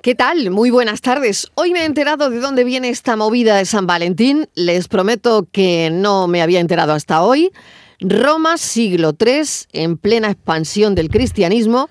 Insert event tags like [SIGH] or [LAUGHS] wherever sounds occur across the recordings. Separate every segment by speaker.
Speaker 1: ¿Qué tal? Muy buenas tardes. Hoy me he enterado de dónde viene esta movida de San Valentín. Les prometo que no me había enterado hasta hoy. Roma, siglo III, en plena expansión del cristianismo.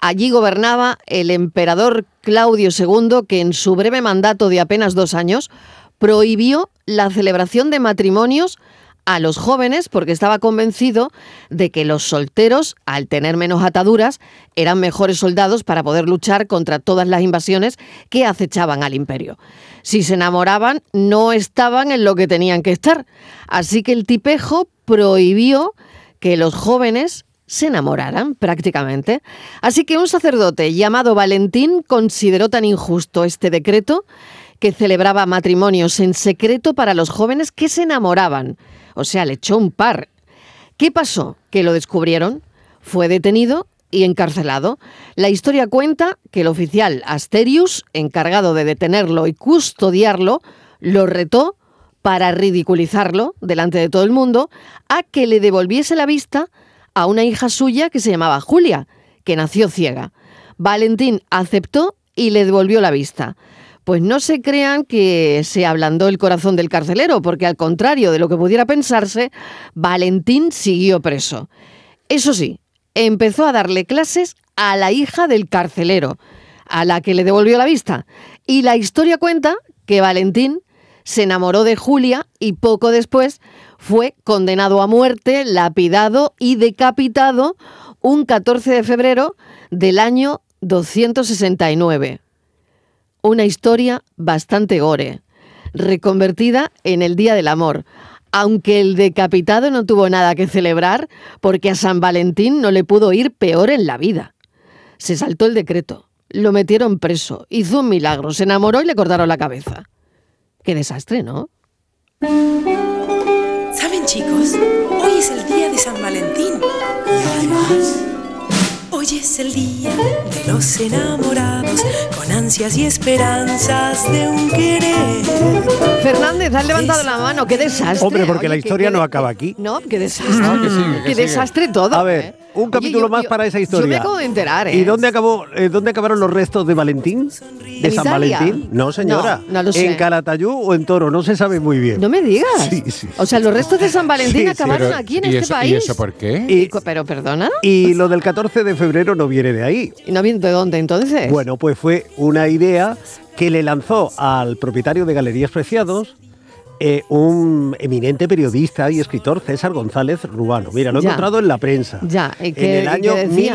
Speaker 1: Allí gobernaba el emperador Claudio II, que en su breve mandato de apenas dos años prohibió la celebración de matrimonios a los jóvenes porque estaba convencido de que los solteros, al tener menos ataduras, eran mejores soldados para poder luchar contra todas las invasiones que acechaban al imperio. Si se enamoraban, no estaban en lo que tenían que estar. Así que el tipejo prohibió que los jóvenes se enamoraran prácticamente. Así que un sacerdote llamado Valentín consideró tan injusto este decreto que celebraba matrimonios en secreto para los jóvenes que se enamoraban. O sea, le echó un par. ¿Qué pasó? Que lo descubrieron, fue detenido y encarcelado. La historia cuenta que el oficial Asterius, encargado de detenerlo y custodiarlo, lo retó para ridiculizarlo delante de todo el mundo a que le devolviese la vista a una hija suya que se llamaba Julia, que nació ciega. Valentín aceptó y le devolvió la vista. Pues no se crean que se ablandó el corazón del carcelero, porque al contrario de lo que pudiera pensarse, Valentín siguió preso. Eso sí, empezó a darle clases a la hija del carcelero, a la que le devolvió la vista. Y la historia cuenta que Valentín se enamoró de Julia y poco después fue condenado a muerte, lapidado y decapitado un 14 de febrero del año 269 una historia bastante gore, reconvertida en el Día del Amor. Aunque el decapitado no tuvo nada que celebrar, porque a San Valentín no le pudo ir peor en la vida. Se saltó el decreto, lo metieron preso, hizo un milagro, se enamoró y le cortaron la cabeza. Qué desastre, ¿no?
Speaker 2: ¿Saben chicos? Hoy es el día de San Valentín. Y además... Hoy es el día de los enamorados, con ansias y esperanzas de un querer.
Speaker 1: Fernández, has levantado la mano, qué desastre.
Speaker 3: Hombre, porque la
Speaker 1: Oye, qué-
Speaker 3: historia
Speaker 1: qué
Speaker 3: no
Speaker 1: de-
Speaker 3: acaba aquí.
Speaker 1: No, qué desastre.
Speaker 3: No, que sigue, que
Speaker 1: qué
Speaker 3: sigue.
Speaker 1: desastre todo.
Speaker 3: A ver,
Speaker 1: ¿eh?
Speaker 3: un
Speaker 1: Oye,
Speaker 3: capítulo
Speaker 1: yo-
Speaker 3: más
Speaker 1: yo-
Speaker 3: para esa
Speaker 1: Yo me
Speaker 3: historia.
Speaker 1: acabo de enterar, ¿eh?
Speaker 3: ¿Y dónde, acabó, eh, dónde acabaron los restos de Valentín? ¿De
Speaker 1: ¿En
Speaker 3: San
Speaker 1: Italia?
Speaker 3: Valentín? No, señora.
Speaker 1: No, no lo sé.
Speaker 3: ¿En Calatayú o en Toro? No se sabe muy bien.
Speaker 1: No me digas.
Speaker 3: Sí, sí.
Speaker 1: O sea, los restos de San Valentín
Speaker 3: Sí, sí.
Speaker 1: acabaron
Speaker 4: Pero,
Speaker 1: aquí en
Speaker 4: ¿y
Speaker 1: este
Speaker 4: eso-
Speaker 1: país.
Speaker 4: ¿Y eso por qué?
Speaker 3: Y,
Speaker 1: Pero perdona,
Speaker 3: y lo del 14 de febrero no viene de ahí.
Speaker 1: ¿y no viene de dónde entonces?
Speaker 3: Bueno, pues fue una idea que le lanzó al propietario de Galerías Preciados eh, un eminente periodista y escritor César González Rubano. Mira, lo he
Speaker 1: Ya.
Speaker 3: encontrado en la prensa.
Speaker 1: Ya, ¿y
Speaker 3: en
Speaker 1: qué-
Speaker 3: el
Speaker 1: y
Speaker 3: año
Speaker 1: qué decía?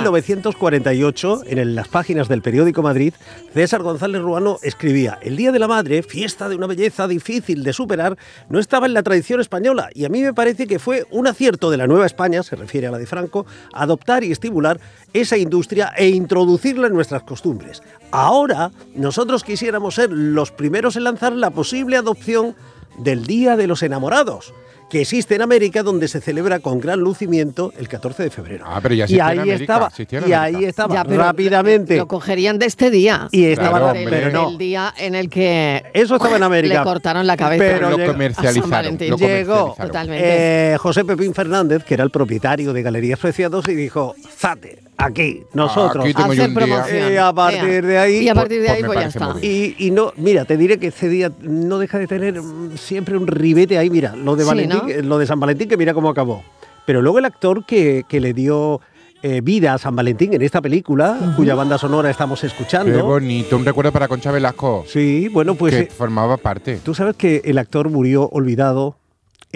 Speaker 3: 1948, en el- las páginas del periódico Madrid, César González Rubano escribía: El Día de la Madre, fiesta de una belleza difícil de superar, no estaba en la tradición española. Y a mí me parece que fue un acierto de la Nueva España, se refiere a la de Franco, adoptar y estimular esa industria e introducirla en nuestras costumbres. Ahora, nosotros quisiéramos ser los primeros en lanzar la posible adopción del Día de los Enamorados, que existe en América donde se celebra con gran lucimiento el 14 de febrero.
Speaker 4: Ah, pero ya
Speaker 3: y
Speaker 4: existió en
Speaker 3: ahí
Speaker 4: América,
Speaker 3: estaba,
Speaker 4: existió en
Speaker 3: y
Speaker 4: América.
Speaker 3: ahí estaba
Speaker 1: Ya, pero
Speaker 3: rápidamente.
Speaker 1: Lo cogerían de este día.
Speaker 3: y estaba
Speaker 4: Claro,
Speaker 3: ra-
Speaker 4: hombre.
Speaker 3: pero no.
Speaker 1: El día en el que
Speaker 3: Eso estaba en América.
Speaker 1: le cortaron la cabeza.
Speaker 3: Pero
Speaker 4: lo
Speaker 3: llega-
Speaker 1: a San
Speaker 4: comercializaron.
Speaker 1: Valentín.
Speaker 4: Lo
Speaker 3: Llegó
Speaker 4: comercializaron.
Speaker 1: Totalmente.
Speaker 3: eh, José Pepín Fernández, que era el propietario de Galerías Preciados, y dijo, zate, aquí, nosotros.
Speaker 4: Aquí tengo yo
Speaker 1: hacer
Speaker 4: un día.
Speaker 1: promoción.
Speaker 3: Y a partir
Speaker 1: Venga.
Speaker 3: de ahí,
Speaker 1: Y a partir de
Speaker 4: pues
Speaker 1: ahí,
Speaker 4: me
Speaker 1: pues ya
Speaker 4: parece
Speaker 1: está.
Speaker 4: muy bien.
Speaker 3: Y, y no, mira, te diré que este día no deja de tener mm, siempre un ribete ahí, mira, lo de,
Speaker 1: Sí,
Speaker 3: Valentín,
Speaker 1: ¿no?
Speaker 3: eh, lo de San Valentín, que mira cómo acabó. Pero luego el actor que, que le dio eh, vida a San Valentín en esta película, cuya banda sonora estamos
Speaker 4: Qué
Speaker 3: escuchando.
Speaker 4: bonito, un recuerdo para Concha Velasco,
Speaker 3: Sí, bueno, pues
Speaker 4: que
Speaker 3: eh,
Speaker 4: formaba parte.
Speaker 3: tú sabes que el actor murió olvidado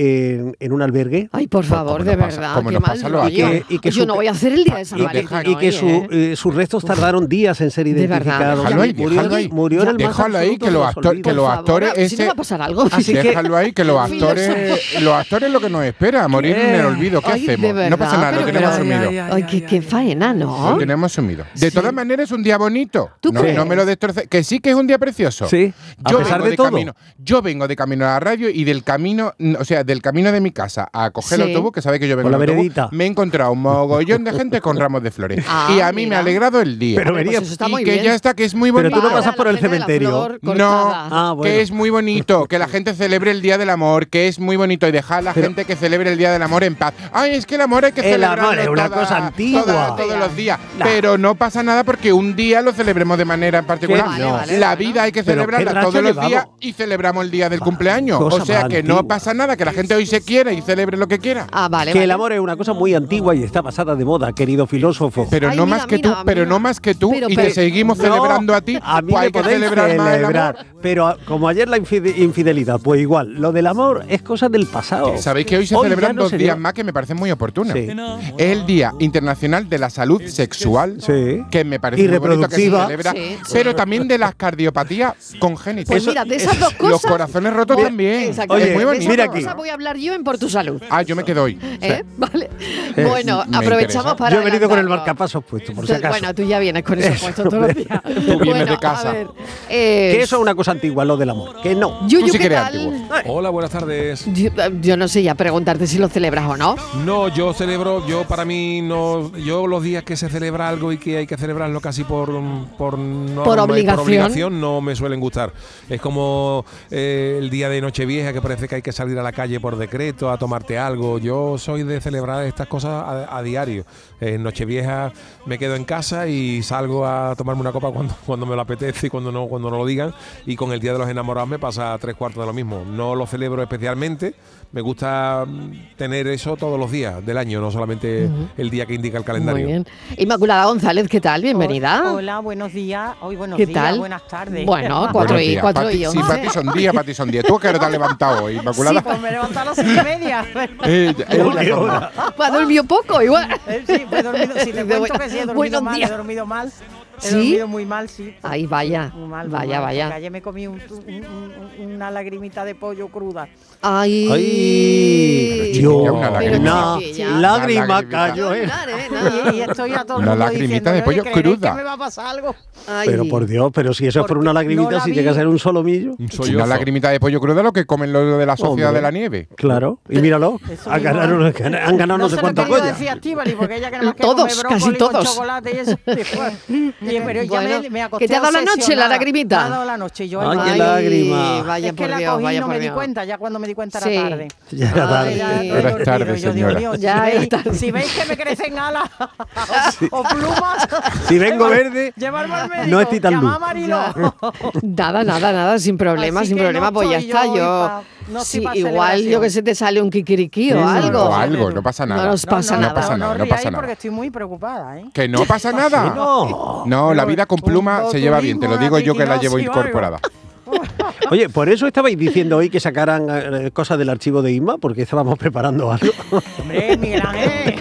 Speaker 3: en, en un albergue.
Speaker 1: Ay, por
Speaker 4: Pues,
Speaker 1: favor,
Speaker 4: como
Speaker 1: de
Speaker 4: nos pasa-
Speaker 1: verdad.
Speaker 4: como
Speaker 1: qué
Speaker 4: nos
Speaker 1: mal
Speaker 4: pasa lo
Speaker 1: rollo.
Speaker 3: aquí. Y que
Speaker 1: Yo
Speaker 3: su-
Speaker 1: no voy a hacer el día de San
Speaker 4: y que-
Speaker 1: Valentín.
Speaker 3: Y que
Speaker 1: hoy,
Speaker 3: su-
Speaker 1: ¿eh?
Speaker 3: eh, sus restos tardaron días en ser
Speaker 1: De verdad.
Speaker 3: identificados.
Speaker 4: Déjalo ahí,
Speaker 3: murió,
Speaker 4: déjalo ahí.
Speaker 3: murió en el más
Speaker 4: Déjalo ahí,
Speaker 3: absoluto
Speaker 4: que
Speaker 3: de
Speaker 4: los actor-
Speaker 3: olvidos.
Speaker 4: que los
Speaker 1: Por favor,
Speaker 4: actores
Speaker 1: Si no
Speaker 4: ese-
Speaker 1: va a pasar
Speaker 4: [LAUGHS]
Speaker 1: algo.
Speaker 3: Así que-
Speaker 4: Déjalo ahí, que los
Speaker 1: [LAUGHS]
Speaker 4: actores, los actores lo que nos espera, morir en el olvido. ¿Qué
Speaker 1: Ay, de
Speaker 4: hacemos?
Speaker 1: verdad,
Speaker 4: No pasa nada,
Speaker 1: pero-
Speaker 4: lo tenemos
Speaker 1: pero-
Speaker 4: asumido.
Speaker 1: Ay, qué, qué faena, ¿no?
Speaker 4: Lo tenemos asumido. De todas maneras, es un día bonito.
Speaker 1: ¿Tú
Speaker 4: no,
Speaker 1: crees?
Speaker 4: no me lo destroce. Que sí que es un día precioso.
Speaker 3: Sí, a
Speaker 4: Yo
Speaker 3: pesar
Speaker 4: vengo
Speaker 3: de
Speaker 4: de,
Speaker 3: todo.
Speaker 4: camino. Yo vengo de camino a la radio y del camino, mm, o sea, del camino de mi casa a coger
Speaker 1: Sí.
Speaker 4: el autobús, que sabe que yo vengo
Speaker 3: Con la
Speaker 4: en autobús,
Speaker 3: veredita.
Speaker 4: me he encontrado un mogollón de gente con ramos de flores.
Speaker 1: Ah,
Speaker 4: y a mí me
Speaker 1: mira. Pues
Speaker 4: ha alegrado el día.
Speaker 3: Pero venías-
Speaker 1: eso está
Speaker 4: y
Speaker 1: muy
Speaker 4: que
Speaker 1: bien.
Speaker 4: ya está, que es muy
Speaker 3: Pero
Speaker 4: bonito.
Speaker 3: tú no
Speaker 1: Para
Speaker 3: pasas por
Speaker 1: la
Speaker 3: el
Speaker 1: gente de la
Speaker 3: cementerio.
Speaker 1: flor
Speaker 4: No.
Speaker 1: cortada.
Speaker 3: Ah, bueno.
Speaker 4: Que es muy bonito, que la gente celebre el Día del Amor, que es muy bonito y dejar a la
Speaker 3: Pero-
Speaker 4: gente que celebre el Día del Amor en paz. Ay, es que el amor hay que
Speaker 3: El
Speaker 4: celebrarlo
Speaker 3: amor es una
Speaker 4: toda-
Speaker 3: cosa antigua.
Speaker 4: toda- todos los días,
Speaker 3: Nah.
Speaker 4: pero no pasa nada porque un día lo celebremos de manera en particular.
Speaker 1: Vale, no. vale,
Speaker 4: la
Speaker 1: bueno.
Speaker 4: vida hay que
Speaker 3: Pero qué
Speaker 4: celebrarla
Speaker 3: racha
Speaker 4: todos los
Speaker 3: llevamos.
Speaker 4: días y celebramos el día del
Speaker 3: Ah,
Speaker 4: cumpleaños.
Speaker 3: cosa
Speaker 4: O sea
Speaker 3: más
Speaker 4: que
Speaker 3: antigua.
Speaker 4: no pasa nada, que la gente hoy se quiera y celebre lo que quiera.
Speaker 1: Ah, vale.
Speaker 3: que
Speaker 1: vale.
Speaker 3: el amor es una cosa muy antigua y está pasada de moda, querido filósofo.
Speaker 4: Pero
Speaker 1: Ay,
Speaker 4: no
Speaker 1: mira,
Speaker 4: más que
Speaker 1: mira,
Speaker 4: tú, pero
Speaker 1: mira.
Speaker 4: no más que tú
Speaker 1: Pero,
Speaker 4: y
Speaker 1: pero-
Speaker 4: te seguimos
Speaker 3: No,
Speaker 4: celebrando a ti.
Speaker 3: A mí
Speaker 4: pues hay
Speaker 3: me
Speaker 4: que
Speaker 3: podéis
Speaker 4: celebrar más el amor.
Speaker 3: celebrar. Pero ah, como ayer la infide- infidelidad, pues igual, lo del amor es cosa del pasado.
Speaker 4: Sabéis que hoy se
Speaker 3: ya
Speaker 4: celebran
Speaker 3: no
Speaker 4: dos
Speaker 3: se
Speaker 4: días
Speaker 3: lleva-
Speaker 4: más que me parecen muy oportunos.
Speaker 3: Sí.
Speaker 4: Es el Día Internacional de la Salud Sexual,
Speaker 3: Sí.
Speaker 4: que me parece
Speaker 3: Y
Speaker 4: muy bonito que se
Speaker 3: reproductiva.
Speaker 4: celebra,
Speaker 1: Sí, sí.
Speaker 4: pero también de las cardiopatías congénitas.
Speaker 1: Pues mira, de esas dos cosas.
Speaker 4: [LAUGHS] Los corazones rotos
Speaker 1: Voy-
Speaker 4: también.
Speaker 1: Exactamente.
Speaker 4: es
Speaker 1: De
Speaker 4: muy
Speaker 1: esas
Speaker 4: bonito.
Speaker 3: mira
Speaker 1: dos
Speaker 3: aquí.
Speaker 1: cosas voy a hablar yo en Por tu Salud.
Speaker 4: Ah, yo me quedo hoy.
Speaker 1: ¿Eh? Vale. bueno,
Speaker 4: me
Speaker 1: aprovechamos
Speaker 4: interesa.
Speaker 1: para.
Speaker 3: Yo he venido con el
Speaker 1: adelantarlo.
Speaker 3: marcapasos puesto, por si acaso.
Speaker 1: Bueno, tú ya vienes con eso,
Speaker 3: Eso,
Speaker 1: puesto todos los días. Tú
Speaker 4: vienes de casa.
Speaker 1: A ver, eh,
Speaker 3: que eso es una cosa antigua, lo del amor. Que no.
Speaker 1: Yuyu,
Speaker 4: Tú sí que
Speaker 1: ¿qué
Speaker 4: eres
Speaker 1: tal?
Speaker 4: antiguo.
Speaker 5: Hola, buenas tardes.
Speaker 1: Yo, yo no sé ya preguntarte si lo celebras o no.
Speaker 5: No, yo celebro, yo para mí no, yo los días que se celebra algo y que hay que celebrarlo casi por por, norma y
Speaker 1: obligación.
Speaker 5: obligación, no me suelen gustar. Es como eh, el día de Nochevieja que parece que hay que salir a la calle por decreto a tomarte algo. Yo soy de celebrar estas cosas a, a diario. En Nochevieja me quedo en casa y salgo a tomarme una copa cuando, [LAUGHS] cuando me lo apetece y cuando no cuando no lo digan. Y con el día de los enamorados me pasa tres cuartos de lo mismo. No lo celebro especialmente. Me gusta mm, tener eso todos los días del año, no solamente el día que indica el calendario.
Speaker 1: Muy bien. Inmaculada González, ¿qué tal? Bienvenida.
Speaker 6: Hola, buenos días. Hoy buenos
Speaker 1: Ah. ¿Qué
Speaker 6: días,
Speaker 1: tal?
Speaker 6: buenas tardes.
Speaker 1: Bueno, cuatro
Speaker 4: Buenos
Speaker 1: y,
Speaker 4: días.
Speaker 1: cuatro
Speaker 4: Pati-
Speaker 1: y
Speaker 4: Sí,
Speaker 1: once.
Speaker 4: Pati son días, Pati son días. ¿Tú que ahora te has levantado hoy,
Speaker 6: Sí,
Speaker 4: Oh, Inmaculada?
Speaker 6: pues me levanté a las seis y media.
Speaker 4: [LAUGHS]
Speaker 1: [LAUGHS]
Speaker 4: Eh, eh,
Speaker 3: Qué hora.
Speaker 1: Ha dormido Pues poco, igual.
Speaker 6: Eh, [LAUGHS] sí, pues he dormido. Si
Speaker 1: [LAUGHS]
Speaker 6: te
Speaker 1: Bueno,
Speaker 6: cuento que sí, he dormido
Speaker 1: buenos
Speaker 6: mal,
Speaker 1: días.
Speaker 6: he dormido mal. He
Speaker 1: ¿Sí?
Speaker 6: dormido muy mal, sí.
Speaker 1: Ay, vaya.
Speaker 6: Muy mal, muy
Speaker 1: vaya,
Speaker 6: mal, porque
Speaker 1: vaya.
Speaker 6: Ayer me comí un- un- un- una lagrimita de pollo cruda.
Speaker 1: Ay.
Speaker 3: Ay,
Speaker 4: Pero
Speaker 3: yo,
Speaker 4: chiquilla,
Speaker 3: una
Speaker 4: una
Speaker 3: lágrima,
Speaker 1: lagrimita. chiquilla.
Speaker 4: Una
Speaker 3: cayó, ¿eh?
Speaker 7: [LAUGHS]
Speaker 1: Perdonad, eh,
Speaker 6: Y, y
Speaker 1: nada.
Speaker 6: estoy a todo el
Speaker 4: Una
Speaker 6: mundo
Speaker 4: lagrimita
Speaker 6: diciendo,
Speaker 4: de
Speaker 6: "Oye,
Speaker 4: pollo
Speaker 6: ¿creéis
Speaker 4: cruda".
Speaker 6: que me va a pasar algo?
Speaker 1: Ay.
Speaker 3: Pero por Dios, pero si eso es por
Speaker 6: Porque
Speaker 3: una
Speaker 6: no
Speaker 3: lagrimita,
Speaker 6: la
Speaker 3: si
Speaker 6: vi.
Speaker 3: tiene que ser un solomillo.
Speaker 5: Un
Speaker 4: Una
Speaker 5: sollozo.
Speaker 4: lagrimita de pollo crudo, lo que comen los de la Sociedad
Speaker 3: Hombre.
Speaker 4: de la Nieve.
Speaker 3: Claro,
Speaker 1: [LAUGHS]
Speaker 3: y míralo,
Speaker 6: Eso
Speaker 3: han
Speaker 6: mismo.
Speaker 3: ganado, han ganado no sé
Speaker 6: sé
Speaker 3: cuántas
Speaker 6: lo que yo
Speaker 3: cosas.
Speaker 6: decía Estíbali, porque ella que nada más que
Speaker 1: Todos,
Speaker 6: come brócoli
Speaker 1: casi
Speaker 6: con
Speaker 1: todos.
Speaker 6: chocolate y eso.
Speaker 1: [LAUGHS]
Speaker 6: después. Y- pero ya
Speaker 1: Bueno,
Speaker 6: me, me
Speaker 1: ¿que
Speaker 6: acosté
Speaker 1: te ha dado la noche, la
Speaker 6: obsesionada.
Speaker 1: lagrimita?
Speaker 6: Me ha dado la noche. Yo
Speaker 3: Ay,
Speaker 6: igual.
Speaker 3: qué lágrima.
Speaker 1: Vaya
Speaker 6: es que
Speaker 1: por
Speaker 6: la
Speaker 1: Dios,
Speaker 6: cogí y
Speaker 1: vaya
Speaker 6: no
Speaker 1: por
Speaker 6: me di
Speaker 1: Dios.
Speaker 6: cuenta, ya cuando me di cuenta
Speaker 1: Sí.
Speaker 6: era tarde.
Speaker 3: Ya era
Speaker 1: Ay,
Speaker 3: tarde.
Speaker 6: Ya no he
Speaker 4: Era
Speaker 6: dormido,
Speaker 4: tarde,
Speaker 6: y yo digo,
Speaker 4: señora.
Speaker 6: Dios,
Speaker 1: Ya
Speaker 6: si
Speaker 1: era
Speaker 6: veis-
Speaker 1: tarde.
Speaker 6: Si veis que me crecen alas [LAUGHS] o
Speaker 4: [LAUGHS]
Speaker 6: plumas,
Speaker 3: Si vengo
Speaker 6: llevar-
Speaker 3: verde,
Speaker 6: llevarme al médico,
Speaker 3: no es Titan
Speaker 6: llamar
Speaker 3: Lu.
Speaker 6: a Marilo.
Speaker 1: [LAUGHS] Nada, nada, nada, sin problema,
Speaker 6: Así
Speaker 1: sin
Speaker 6: que no
Speaker 1: problema, pues ya
Speaker 6: estoy
Speaker 1: está.
Speaker 6: yo
Speaker 1: Yo,
Speaker 6: hoy pa- no estoy
Speaker 1: sí,
Speaker 6: pa
Speaker 1: igual yo que
Speaker 6: celebración.
Speaker 1: sé te sale un kikiriki o
Speaker 3: Sí,
Speaker 1: algo.
Speaker 4: O algo, no pasa nada.
Speaker 1: No nos pasa
Speaker 4: No
Speaker 1: nada.
Speaker 4: pasa nada, no
Speaker 6: riáis
Speaker 4: pasa nada.
Speaker 6: porque estoy muy preocupada, ¿eh?
Speaker 4: Que no
Speaker 6: [LAUGHS]
Speaker 4: pasa nada.
Speaker 3: No.
Speaker 4: No, la
Speaker 6: Un-
Speaker 4: vida con
Speaker 6: un
Speaker 4: pluma se lleva bien, te lo
Speaker 6: botulismo,
Speaker 4: digo yo que la
Speaker 6: una
Speaker 4: llevo
Speaker 6: titinosis o algo.
Speaker 4: incorporada.
Speaker 3: Oye, por eso estabais diciendo hoy que sacaran eh, cosas del archivo de Inma, porque estábamos preparando algo.
Speaker 6: Hombre, Miguel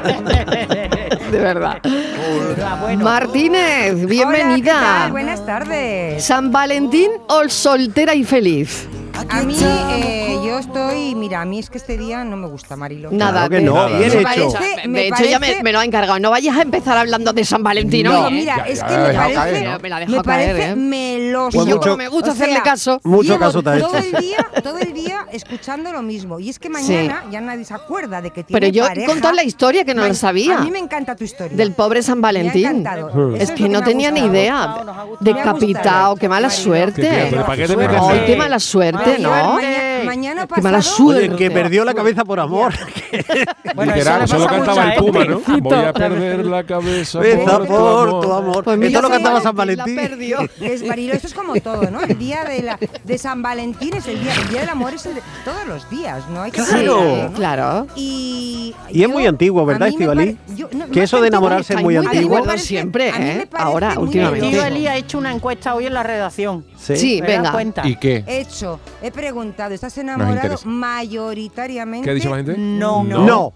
Speaker 6: Ángel.
Speaker 1: [LAUGHS] De verdad.
Speaker 6: Hola, bueno.
Speaker 1: Martínez,
Speaker 8: Ah, Hola, ¿qué
Speaker 1: bienvenida.
Speaker 8: tal? Buenas tardes.
Speaker 1: San Valentín o soltera y feliz.
Speaker 8: A mí, eh, yo estoy. Mira, a mí es que este día no me gusta, Marilo.
Speaker 1: Nada,
Speaker 3: que
Speaker 1: me-
Speaker 3: no,
Speaker 1: me
Speaker 3: bien
Speaker 1: parece-
Speaker 3: hecho.
Speaker 1: de
Speaker 8: Me
Speaker 1: hecho, ya me,
Speaker 8: parece-
Speaker 1: me lo ha encargado. No vayas a empezar hablando de San Valentín.
Speaker 8: No,
Speaker 1: hoy, ¿eh?
Speaker 8: mira,
Speaker 4: Ya,
Speaker 8: es
Speaker 4: ya
Speaker 8: que
Speaker 4: la
Speaker 8: me
Speaker 4: deja
Speaker 8: parece,
Speaker 4: caer,
Speaker 1: ¿eh? Me la deja
Speaker 8: me
Speaker 1: caer,
Speaker 8: parece
Speaker 1: ¿eh?
Speaker 8: meloso.
Speaker 3: Pues
Speaker 1: Y yo
Speaker 3: mucho-
Speaker 1: como me gusta
Speaker 8: O sea,
Speaker 1: hacerle caso.
Speaker 3: Mucho
Speaker 8: llevo
Speaker 3: caso te ha
Speaker 8: todo
Speaker 3: hecho.
Speaker 8: el día, todo el día escuchando lo mismo. Y es que mañana ya nadie se acuerda de que tiene
Speaker 1: Pero yo he
Speaker 8: pareja.
Speaker 1: contado la historia que no lo
Speaker 8: Ma-
Speaker 1: sabía.
Speaker 8: A mí me encanta tu historia.
Speaker 1: Del pobre San
Speaker 8: Me ha
Speaker 1: Valentín.
Speaker 8: encantado.
Speaker 1: Es
Speaker 8: Eso
Speaker 1: que
Speaker 8: lo
Speaker 1: no
Speaker 8: me ha
Speaker 1: tenía ni
Speaker 8: gustado.
Speaker 1: idea.
Speaker 6: Nos ha gustado.
Speaker 1: Decapitado, qué mala
Speaker 8: Qué
Speaker 1: suerte.
Speaker 8: bien,
Speaker 5: pero ¿para qué te
Speaker 1: Ay,
Speaker 5: metes en-
Speaker 1: qué mala suerte,
Speaker 6: Ay,
Speaker 1: ¿no?
Speaker 6: Dios mío.
Speaker 8: Mañana, mañana
Speaker 1: Qué mala
Speaker 8: pasado-
Speaker 1: suerte.
Speaker 3: Oye, que perdió la cabeza por amor.
Speaker 6: Bueno,
Speaker 4: Literal,
Speaker 6: eso
Speaker 5: Eso
Speaker 6: le
Speaker 5: lo
Speaker 6: pasa
Speaker 5: cantaba
Speaker 6: mucho,
Speaker 5: el Puma, ¿no?
Speaker 6: ¿eh?
Speaker 5: Voy a perder la cabeza
Speaker 3: Cabeza
Speaker 5: por tu
Speaker 3: por tu
Speaker 5: amor.
Speaker 3: amor.
Speaker 1: Pues mira,
Speaker 3: Esto lo
Speaker 8: San
Speaker 3: cantaba San
Speaker 1: Valentín la
Speaker 3: Valentín.
Speaker 1: perdió.
Speaker 8: Es Marilo, esto es como todo, ¿no? El día de, la, de San Valentín es el día, el día del amor es el de todos los días, ¿no? Hay que
Speaker 3: [LAUGHS] Claro.
Speaker 8: celebrarlo, ¿no?
Speaker 1: Claro.
Speaker 8: Y,
Speaker 3: Y
Speaker 8: yo-
Speaker 3: es muy antiguo, ¿verdad,
Speaker 8: a mí me
Speaker 3: Estivali?
Speaker 8: pare- yo- no,
Speaker 3: Que
Speaker 8: más
Speaker 3: eso de
Speaker 8: antiguo,
Speaker 3: enamorarse es
Speaker 1: estáis
Speaker 3: muy
Speaker 1: muy de
Speaker 3: antiguo.
Speaker 1: acuerdo siempre,
Speaker 8: a mí me
Speaker 1: ¿eh?
Speaker 8: parece muy
Speaker 1: Ahora,
Speaker 6: El tío
Speaker 1: últimamente.
Speaker 8: antiguo.
Speaker 6: Eli ha hecho una encuesta hoy en la redacción.
Speaker 1: Sí,
Speaker 6: ¿Te das
Speaker 1: venga.
Speaker 6: cuenta?
Speaker 4: ¿Y qué?
Speaker 8: He hecho, he preguntado, ¿estás
Speaker 4: Nos
Speaker 8: enamorado
Speaker 4: interesa.
Speaker 8: mayoritariamente?
Speaker 5: ¿Qué ha dicho la gente?
Speaker 6: No,
Speaker 5: No.
Speaker 3: No.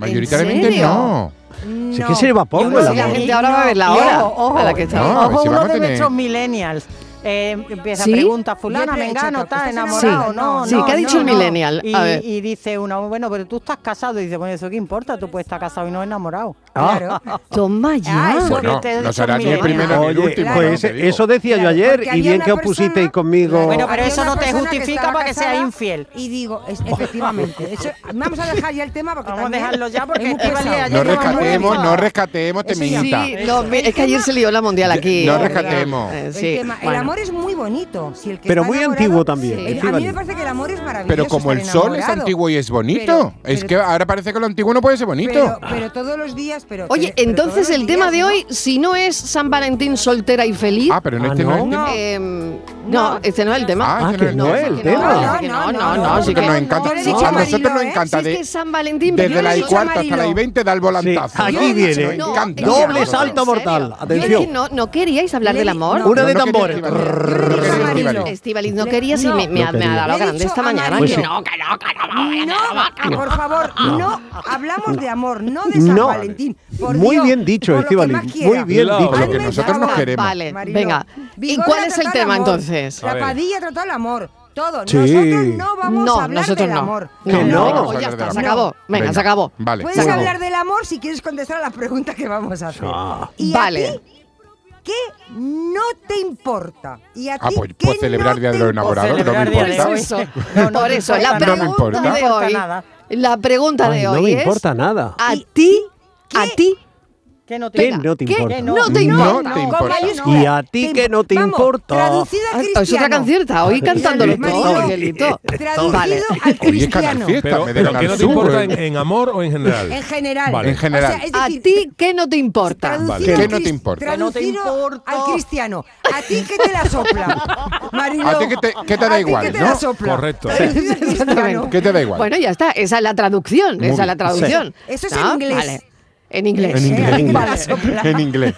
Speaker 4: Mayoritariamente
Speaker 1: serio?
Speaker 4: no.
Speaker 6: Mm,
Speaker 8: No.
Speaker 3: Si es que se lleva
Speaker 1: Yo
Speaker 3: poco
Speaker 1: no
Speaker 3: el
Speaker 1: sé la
Speaker 3: amor.
Speaker 1: gente ahora va a ver la
Speaker 6: Y
Speaker 1: hora
Speaker 6: ojo, ojo,
Speaker 1: a la que está.
Speaker 4: No,
Speaker 6: ojo,
Speaker 4: si
Speaker 6: uno
Speaker 4: vamos a
Speaker 6: de
Speaker 4: tener-
Speaker 6: nuestros millennials. Eh, empieza
Speaker 1: ¿Sí?
Speaker 6: a preguntar,
Speaker 8: Yo
Speaker 6: fulana,
Speaker 8: te he dicho
Speaker 6: mengano,
Speaker 8: que
Speaker 6: ¿estás
Speaker 8: estás
Speaker 6: enamorado?
Speaker 8: enamorado,
Speaker 6: No,
Speaker 8: no,
Speaker 1: Sí,
Speaker 6: no,
Speaker 1: ¿qué ha
Speaker 6: no,
Speaker 1: dicho el
Speaker 6: no.
Speaker 1: millennial? A
Speaker 6: Y,
Speaker 1: ver.
Speaker 6: y dice uno, bueno, pero tú estás casado. Y dice, bueno, ¿eso qué importa? Tú puedes estar casado y no enamorado.
Speaker 1: [LAUGHS]
Speaker 8: Claro.
Speaker 1: Toma ya.
Speaker 8: Ah, eso
Speaker 4: Ah. Bueno,
Speaker 6: te he
Speaker 4: no
Speaker 6: dicho
Speaker 4: será ni
Speaker 6: mil
Speaker 4: el
Speaker 6: veces.
Speaker 4: primero ni el
Speaker 3: Oye,
Speaker 4: último.
Speaker 8: claro,
Speaker 3: pues
Speaker 4: te digo.
Speaker 3: eso decía yo
Speaker 8: Claro,
Speaker 3: ayer
Speaker 8: porque
Speaker 3: y
Speaker 8: había
Speaker 3: bien
Speaker 8: una
Speaker 3: que os
Speaker 8: persona-
Speaker 3: pusisteis conmigo.
Speaker 6: Bueno, pero
Speaker 8: Había
Speaker 6: eso
Speaker 8: una
Speaker 6: no te
Speaker 8: persona que
Speaker 6: justifica
Speaker 8: estaba
Speaker 6: para que
Speaker 8: casada
Speaker 6: seas infiel.
Speaker 8: Y digo, es- efectivamente. eso- vamos a dejar ya el tema porque
Speaker 6: Vamos a
Speaker 8: también
Speaker 6: dejarlo ya, porque
Speaker 8: es muy
Speaker 6: este valía
Speaker 8: pesado.
Speaker 6: ayer
Speaker 4: No
Speaker 6: Ya llevamos
Speaker 4: rescatemos,
Speaker 6: mucho.
Speaker 4: no rescatemos,
Speaker 8: Eso ya.
Speaker 4: temita.
Speaker 1: Sí, no, me- es que ayer se lió la mundial aquí.
Speaker 4: No
Speaker 1: eh,
Speaker 4: rescatemos.
Speaker 1: eh,
Speaker 8: El,
Speaker 1: sí,
Speaker 8: tema- el
Speaker 1: bueno.
Speaker 8: amor es muy bonito. si el que
Speaker 3: Pero
Speaker 8: está
Speaker 3: muy
Speaker 8: enamorado-
Speaker 3: antiguo también,
Speaker 8: Eh, A mí
Speaker 3: Estíbaliz.
Speaker 8: me parece que el amor es maravilloso.
Speaker 4: Pero como el
Speaker 8: estar
Speaker 4: sol es
Speaker 8: enamorado.
Speaker 4: antiguo y es
Speaker 8: Pero-
Speaker 4: bonito, es
Speaker 8: pero-
Speaker 4: que ahora parece que lo antiguo no puede ser bonito.
Speaker 8: Pero, pero todos los días, pero.
Speaker 1: Oye,
Speaker 8: pero- pero
Speaker 1: entonces
Speaker 8: todos los
Speaker 1: el tema de
Speaker 8: días, ¿no?
Speaker 1: hoy, si no es San Valentín soltera y feliz,
Speaker 4: Ah, pero en
Speaker 3: Ah,
Speaker 4: este no, es
Speaker 3: no.
Speaker 4: el tema.
Speaker 1: eh, no, este no es el tema.
Speaker 4: Ah,
Speaker 3: Ah,
Speaker 4: este
Speaker 3: que no
Speaker 4: no
Speaker 3: es
Speaker 4: es
Speaker 3: el
Speaker 1: No,
Speaker 3: tema.
Speaker 1: no, no, no, no, sí
Speaker 4: Porque
Speaker 1: que-
Speaker 4: nos
Speaker 8: Yo
Speaker 4: encanta.
Speaker 8: le he dicho
Speaker 4: A
Speaker 8: a
Speaker 4: nosotros
Speaker 8: Marilo,
Speaker 4: nos
Speaker 8: ¿eh?
Speaker 4: encanta.
Speaker 1: Si es
Speaker 4: de-
Speaker 1: que San Valentín, pero yo
Speaker 4: Desde
Speaker 1: no
Speaker 4: la
Speaker 1: he
Speaker 4: I
Speaker 1: dicho a
Speaker 4: cuarta hasta la
Speaker 1: Marilo.
Speaker 4: I 20 da el volantazo.
Speaker 3: Sí, aquí
Speaker 4: Nos
Speaker 3: viene.
Speaker 1: No,
Speaker 4: encanta.
Speaker 1: es que
Speaker 3: Doble
Speaker 1: no,
Speaker 3: salto
Speaker 1: en serio.
Speaker 3: mortal,
Speaker 1: Yo
Speaker 3: atención.
Speaker 1: es que no, no queríais hablar
Speaker 8: Le-
Speaker 1: del amor.
Speaker 8: no.
Speaker 3: Una de
Speaker 4: No, no
Speaker 3: tambores.
Speaker 4: quería escribir.
Speaker 8: Yo le he dicho a
Speaker 4: Estíbaliz.
Speaker 8: Marilo.
Speaker 1: Estivaliz, no
Speaker 8: Le-
Speaker 1: querías y
Speaker 8: no.
Speaker 1: me, me ha,
Speaker 3: No
Speaker 1: me ha dado
Speaker 8: quería.
Speaker 1: grande esta
Speaker 8: Le he dicho a
Speaker 1: mañana. pues
Speaker 8: Marilo.
Speaker 1: Que no, que no, que no, que no, que no.
Speaker 8: Por favor, no, hablamos de amor, no de San
Speaker 3: No.
Speaker 8: Valentín. Por
Speaker 3: Muy
Speaker 8: Dios,
Speaker 3: bien dicho,
Speaker 8: por lo que
Speaker 3: Estíbaliz,
Speaker 8: más quiera.
Speaker 3: muy bien
Speaker 5: Lo-
Speaker 3: dicho.
Speaker 4: Por lo que
Speaker 8: Hazme
Speaker 4: nosotros nos
Speaker 8: favor.
Speaker 4: queremos.
Speaker 1: Vale,
Speaker 8: Marilo.
Speaker 1: venga. ¿Y
Speaker 8: Vigorra
Speaker 1: cuál es el
Speaker 8: trató
Speaker 1: tema
Speaker 8: amor,
Speaker 1: entonces?
Speaker 5: A
Speaker 8: La
Speaker 5: ver.
Speaker 8: Padilla trató el amor. Todo.
Speaker 3: Sí.
Speaker 8: Nosotros no vamos
Speaker 1: No,
Speaker 8: a hablar
Speaker 1: nosotros
Speaker 8: del
Speaker 1: no.
Speaker 8: amor.
Speaker 1: Que
Speaker 3: no.
Speaker 4: vamos a
Speaker 3: Pues
Speaker 1: ya
Speaker 4: hablar
Speaker 1: está,
Speaker 4: del
Speaker 1: se
Speaker 4: amor.
Speaker 1: acabó. Venga, se acabó.
Speaker 4: Vale.
Speaker 8: Puedes
Speaker 4: se acabó.
Speaker 8: hablar del amor si quieres contestar a las preguntas que vamos a hacer.
Speaker 3: Ah.
Speaker 8: Y
Speaker 1: Vale.
Speaker 8: a ti, ¿qué no te importa? Y a ti,
Speaker 4: Ah, pues,
Speaker 8: ¿qué
Speaker 4: pues celebrar
Speaker 8: no
Speaker 4: Día de
Speaker 8: te
Speaker 4: los
Speaker 8: importa?
Speaker 4: Enamorados, no me
Speaker 6: Celebrar Día de
Speaker 4: importa.
Speaker 6: los-
Speaker 1: Eso.
Speaker 6: No, no
Speaker 1: Por
Speaker 6: te importa
Speaker 1: eso, la
Speaker 6: nada.
Speaker 4: No me
Speaker 1: pregunta
Speaker 4: importa.
Speaker 6: No me
Speaker 1: de hoy.
Speaker 6: importa nada.
Speaker 1: La pregunta
Speaker 3: Ay,
Speaker 1: de
Speaker 3: no
Speaker 1: hoy
Speaker 3: me
Speaker 1: es
Speaker 3: importa nada.
Speaker 1: a
Speaker 8: ¿Y
Speaker 1: ti,
Speaker 8: qué?
Speaker 1: a ti,
Speaker 6: Que no
Speaker 3: ¿Qué
Speaker 6: te
Speaker 3: no te
Speaker 1: ¿qué?
Speaker 3: importa?
Speaker 1: No
Speaker 6: No
Speaker 1: te
Speaker 4: No
Speaker 1: importa.
Speaker 4: te
Speaker 6: No,
Speaker 4: importa.
Speaker 6: con mayúscula.
Speaker 3: Y a ti que no te
Speaker 8: Vamos,
Speaker 3: importa.
Speaker 8: Traducido
Speaker 1: Ah,
Speaker 8: al
Speaker 1: Es otra
Speaker 8: cristiano.
Speaker 1: cancionta, hoy cantándolo
Speaker 8: Marilo,
Speaker 1: todo,
Speaker 8: Marilo.
Speaker 1: Miguelito.
Speaker 8: Traducido
Speaker 1: Vale.
Speaker 8: al
Speaker 3: [LAUGHS]
Speaker 4: Oye, es Canal
Speaker 8: cristiano.
Speaker 4: Fiesta,
Speaker 5: Pero,
Speaker 4: me
Speaker 5: pero
Speaker 4: dejan
Speaker 5: ¿qué
Speaker 4: al
Speaker 5: no te
Speaker 4: sur,
Speaker 5: importa
Speaker 4: eh.
Speaker 5: en, en amor o en general?
Speaker 8: En general.
Speaker 5: Vale.
Speaker 4: En general.
Speaker 8: es
Speaker 1: A
Speaker 8: decir,
Speaker 1: ti, ¿qué no te importa?
Speaker 8: Traducido
Speaker 4: Vale.
Speaker 8: al
Speaker 4: ¿Qué no
Speaker 8: cris-
Speaker 4: te
Speaker 6: Que
Speaker 4: importa?
Speaker 6: no te
Speaker 8: traducido
Speaker 6: importa.
Speaker 8: al cristiano. A ti que te la sopla. Marilo.
Speaker 4: [LAUGHS] A
Speaker 1: [LAUGHS]
Speaker 4: ti que te- que te
Speaker 8: a
Speaker 4: da
Speaker 8: ti
Speaker 4: igual,
Speaker 8: te
Speaker 4: ¿no?
Speaker 8: la sopla.
Speaker 5: Correcto.
Speaker 8: Traducido
Speaker 4: [LAUGHS]
Speaker 8: al cristiano.
Speaker 4: ¿Qué te da igual?
Speaker 1: Bueno, ya está, esa es la traducción,
Speaker 4: Muy
Speaker 1: esa es
Speaker 4: bien.
Speaker 1: la traducción.
Speaker 8: Sí. Eso es en inglés.
Speaker 1: Vale. En inglés.
Speaker 4: en
Speaker 8: Eh, a ti
Speaker 7: [LAUGHS]
Speaker 8: que
Speaker 4: inglés.
Speaker 8: la sopla.
Speaker 4: En inglés.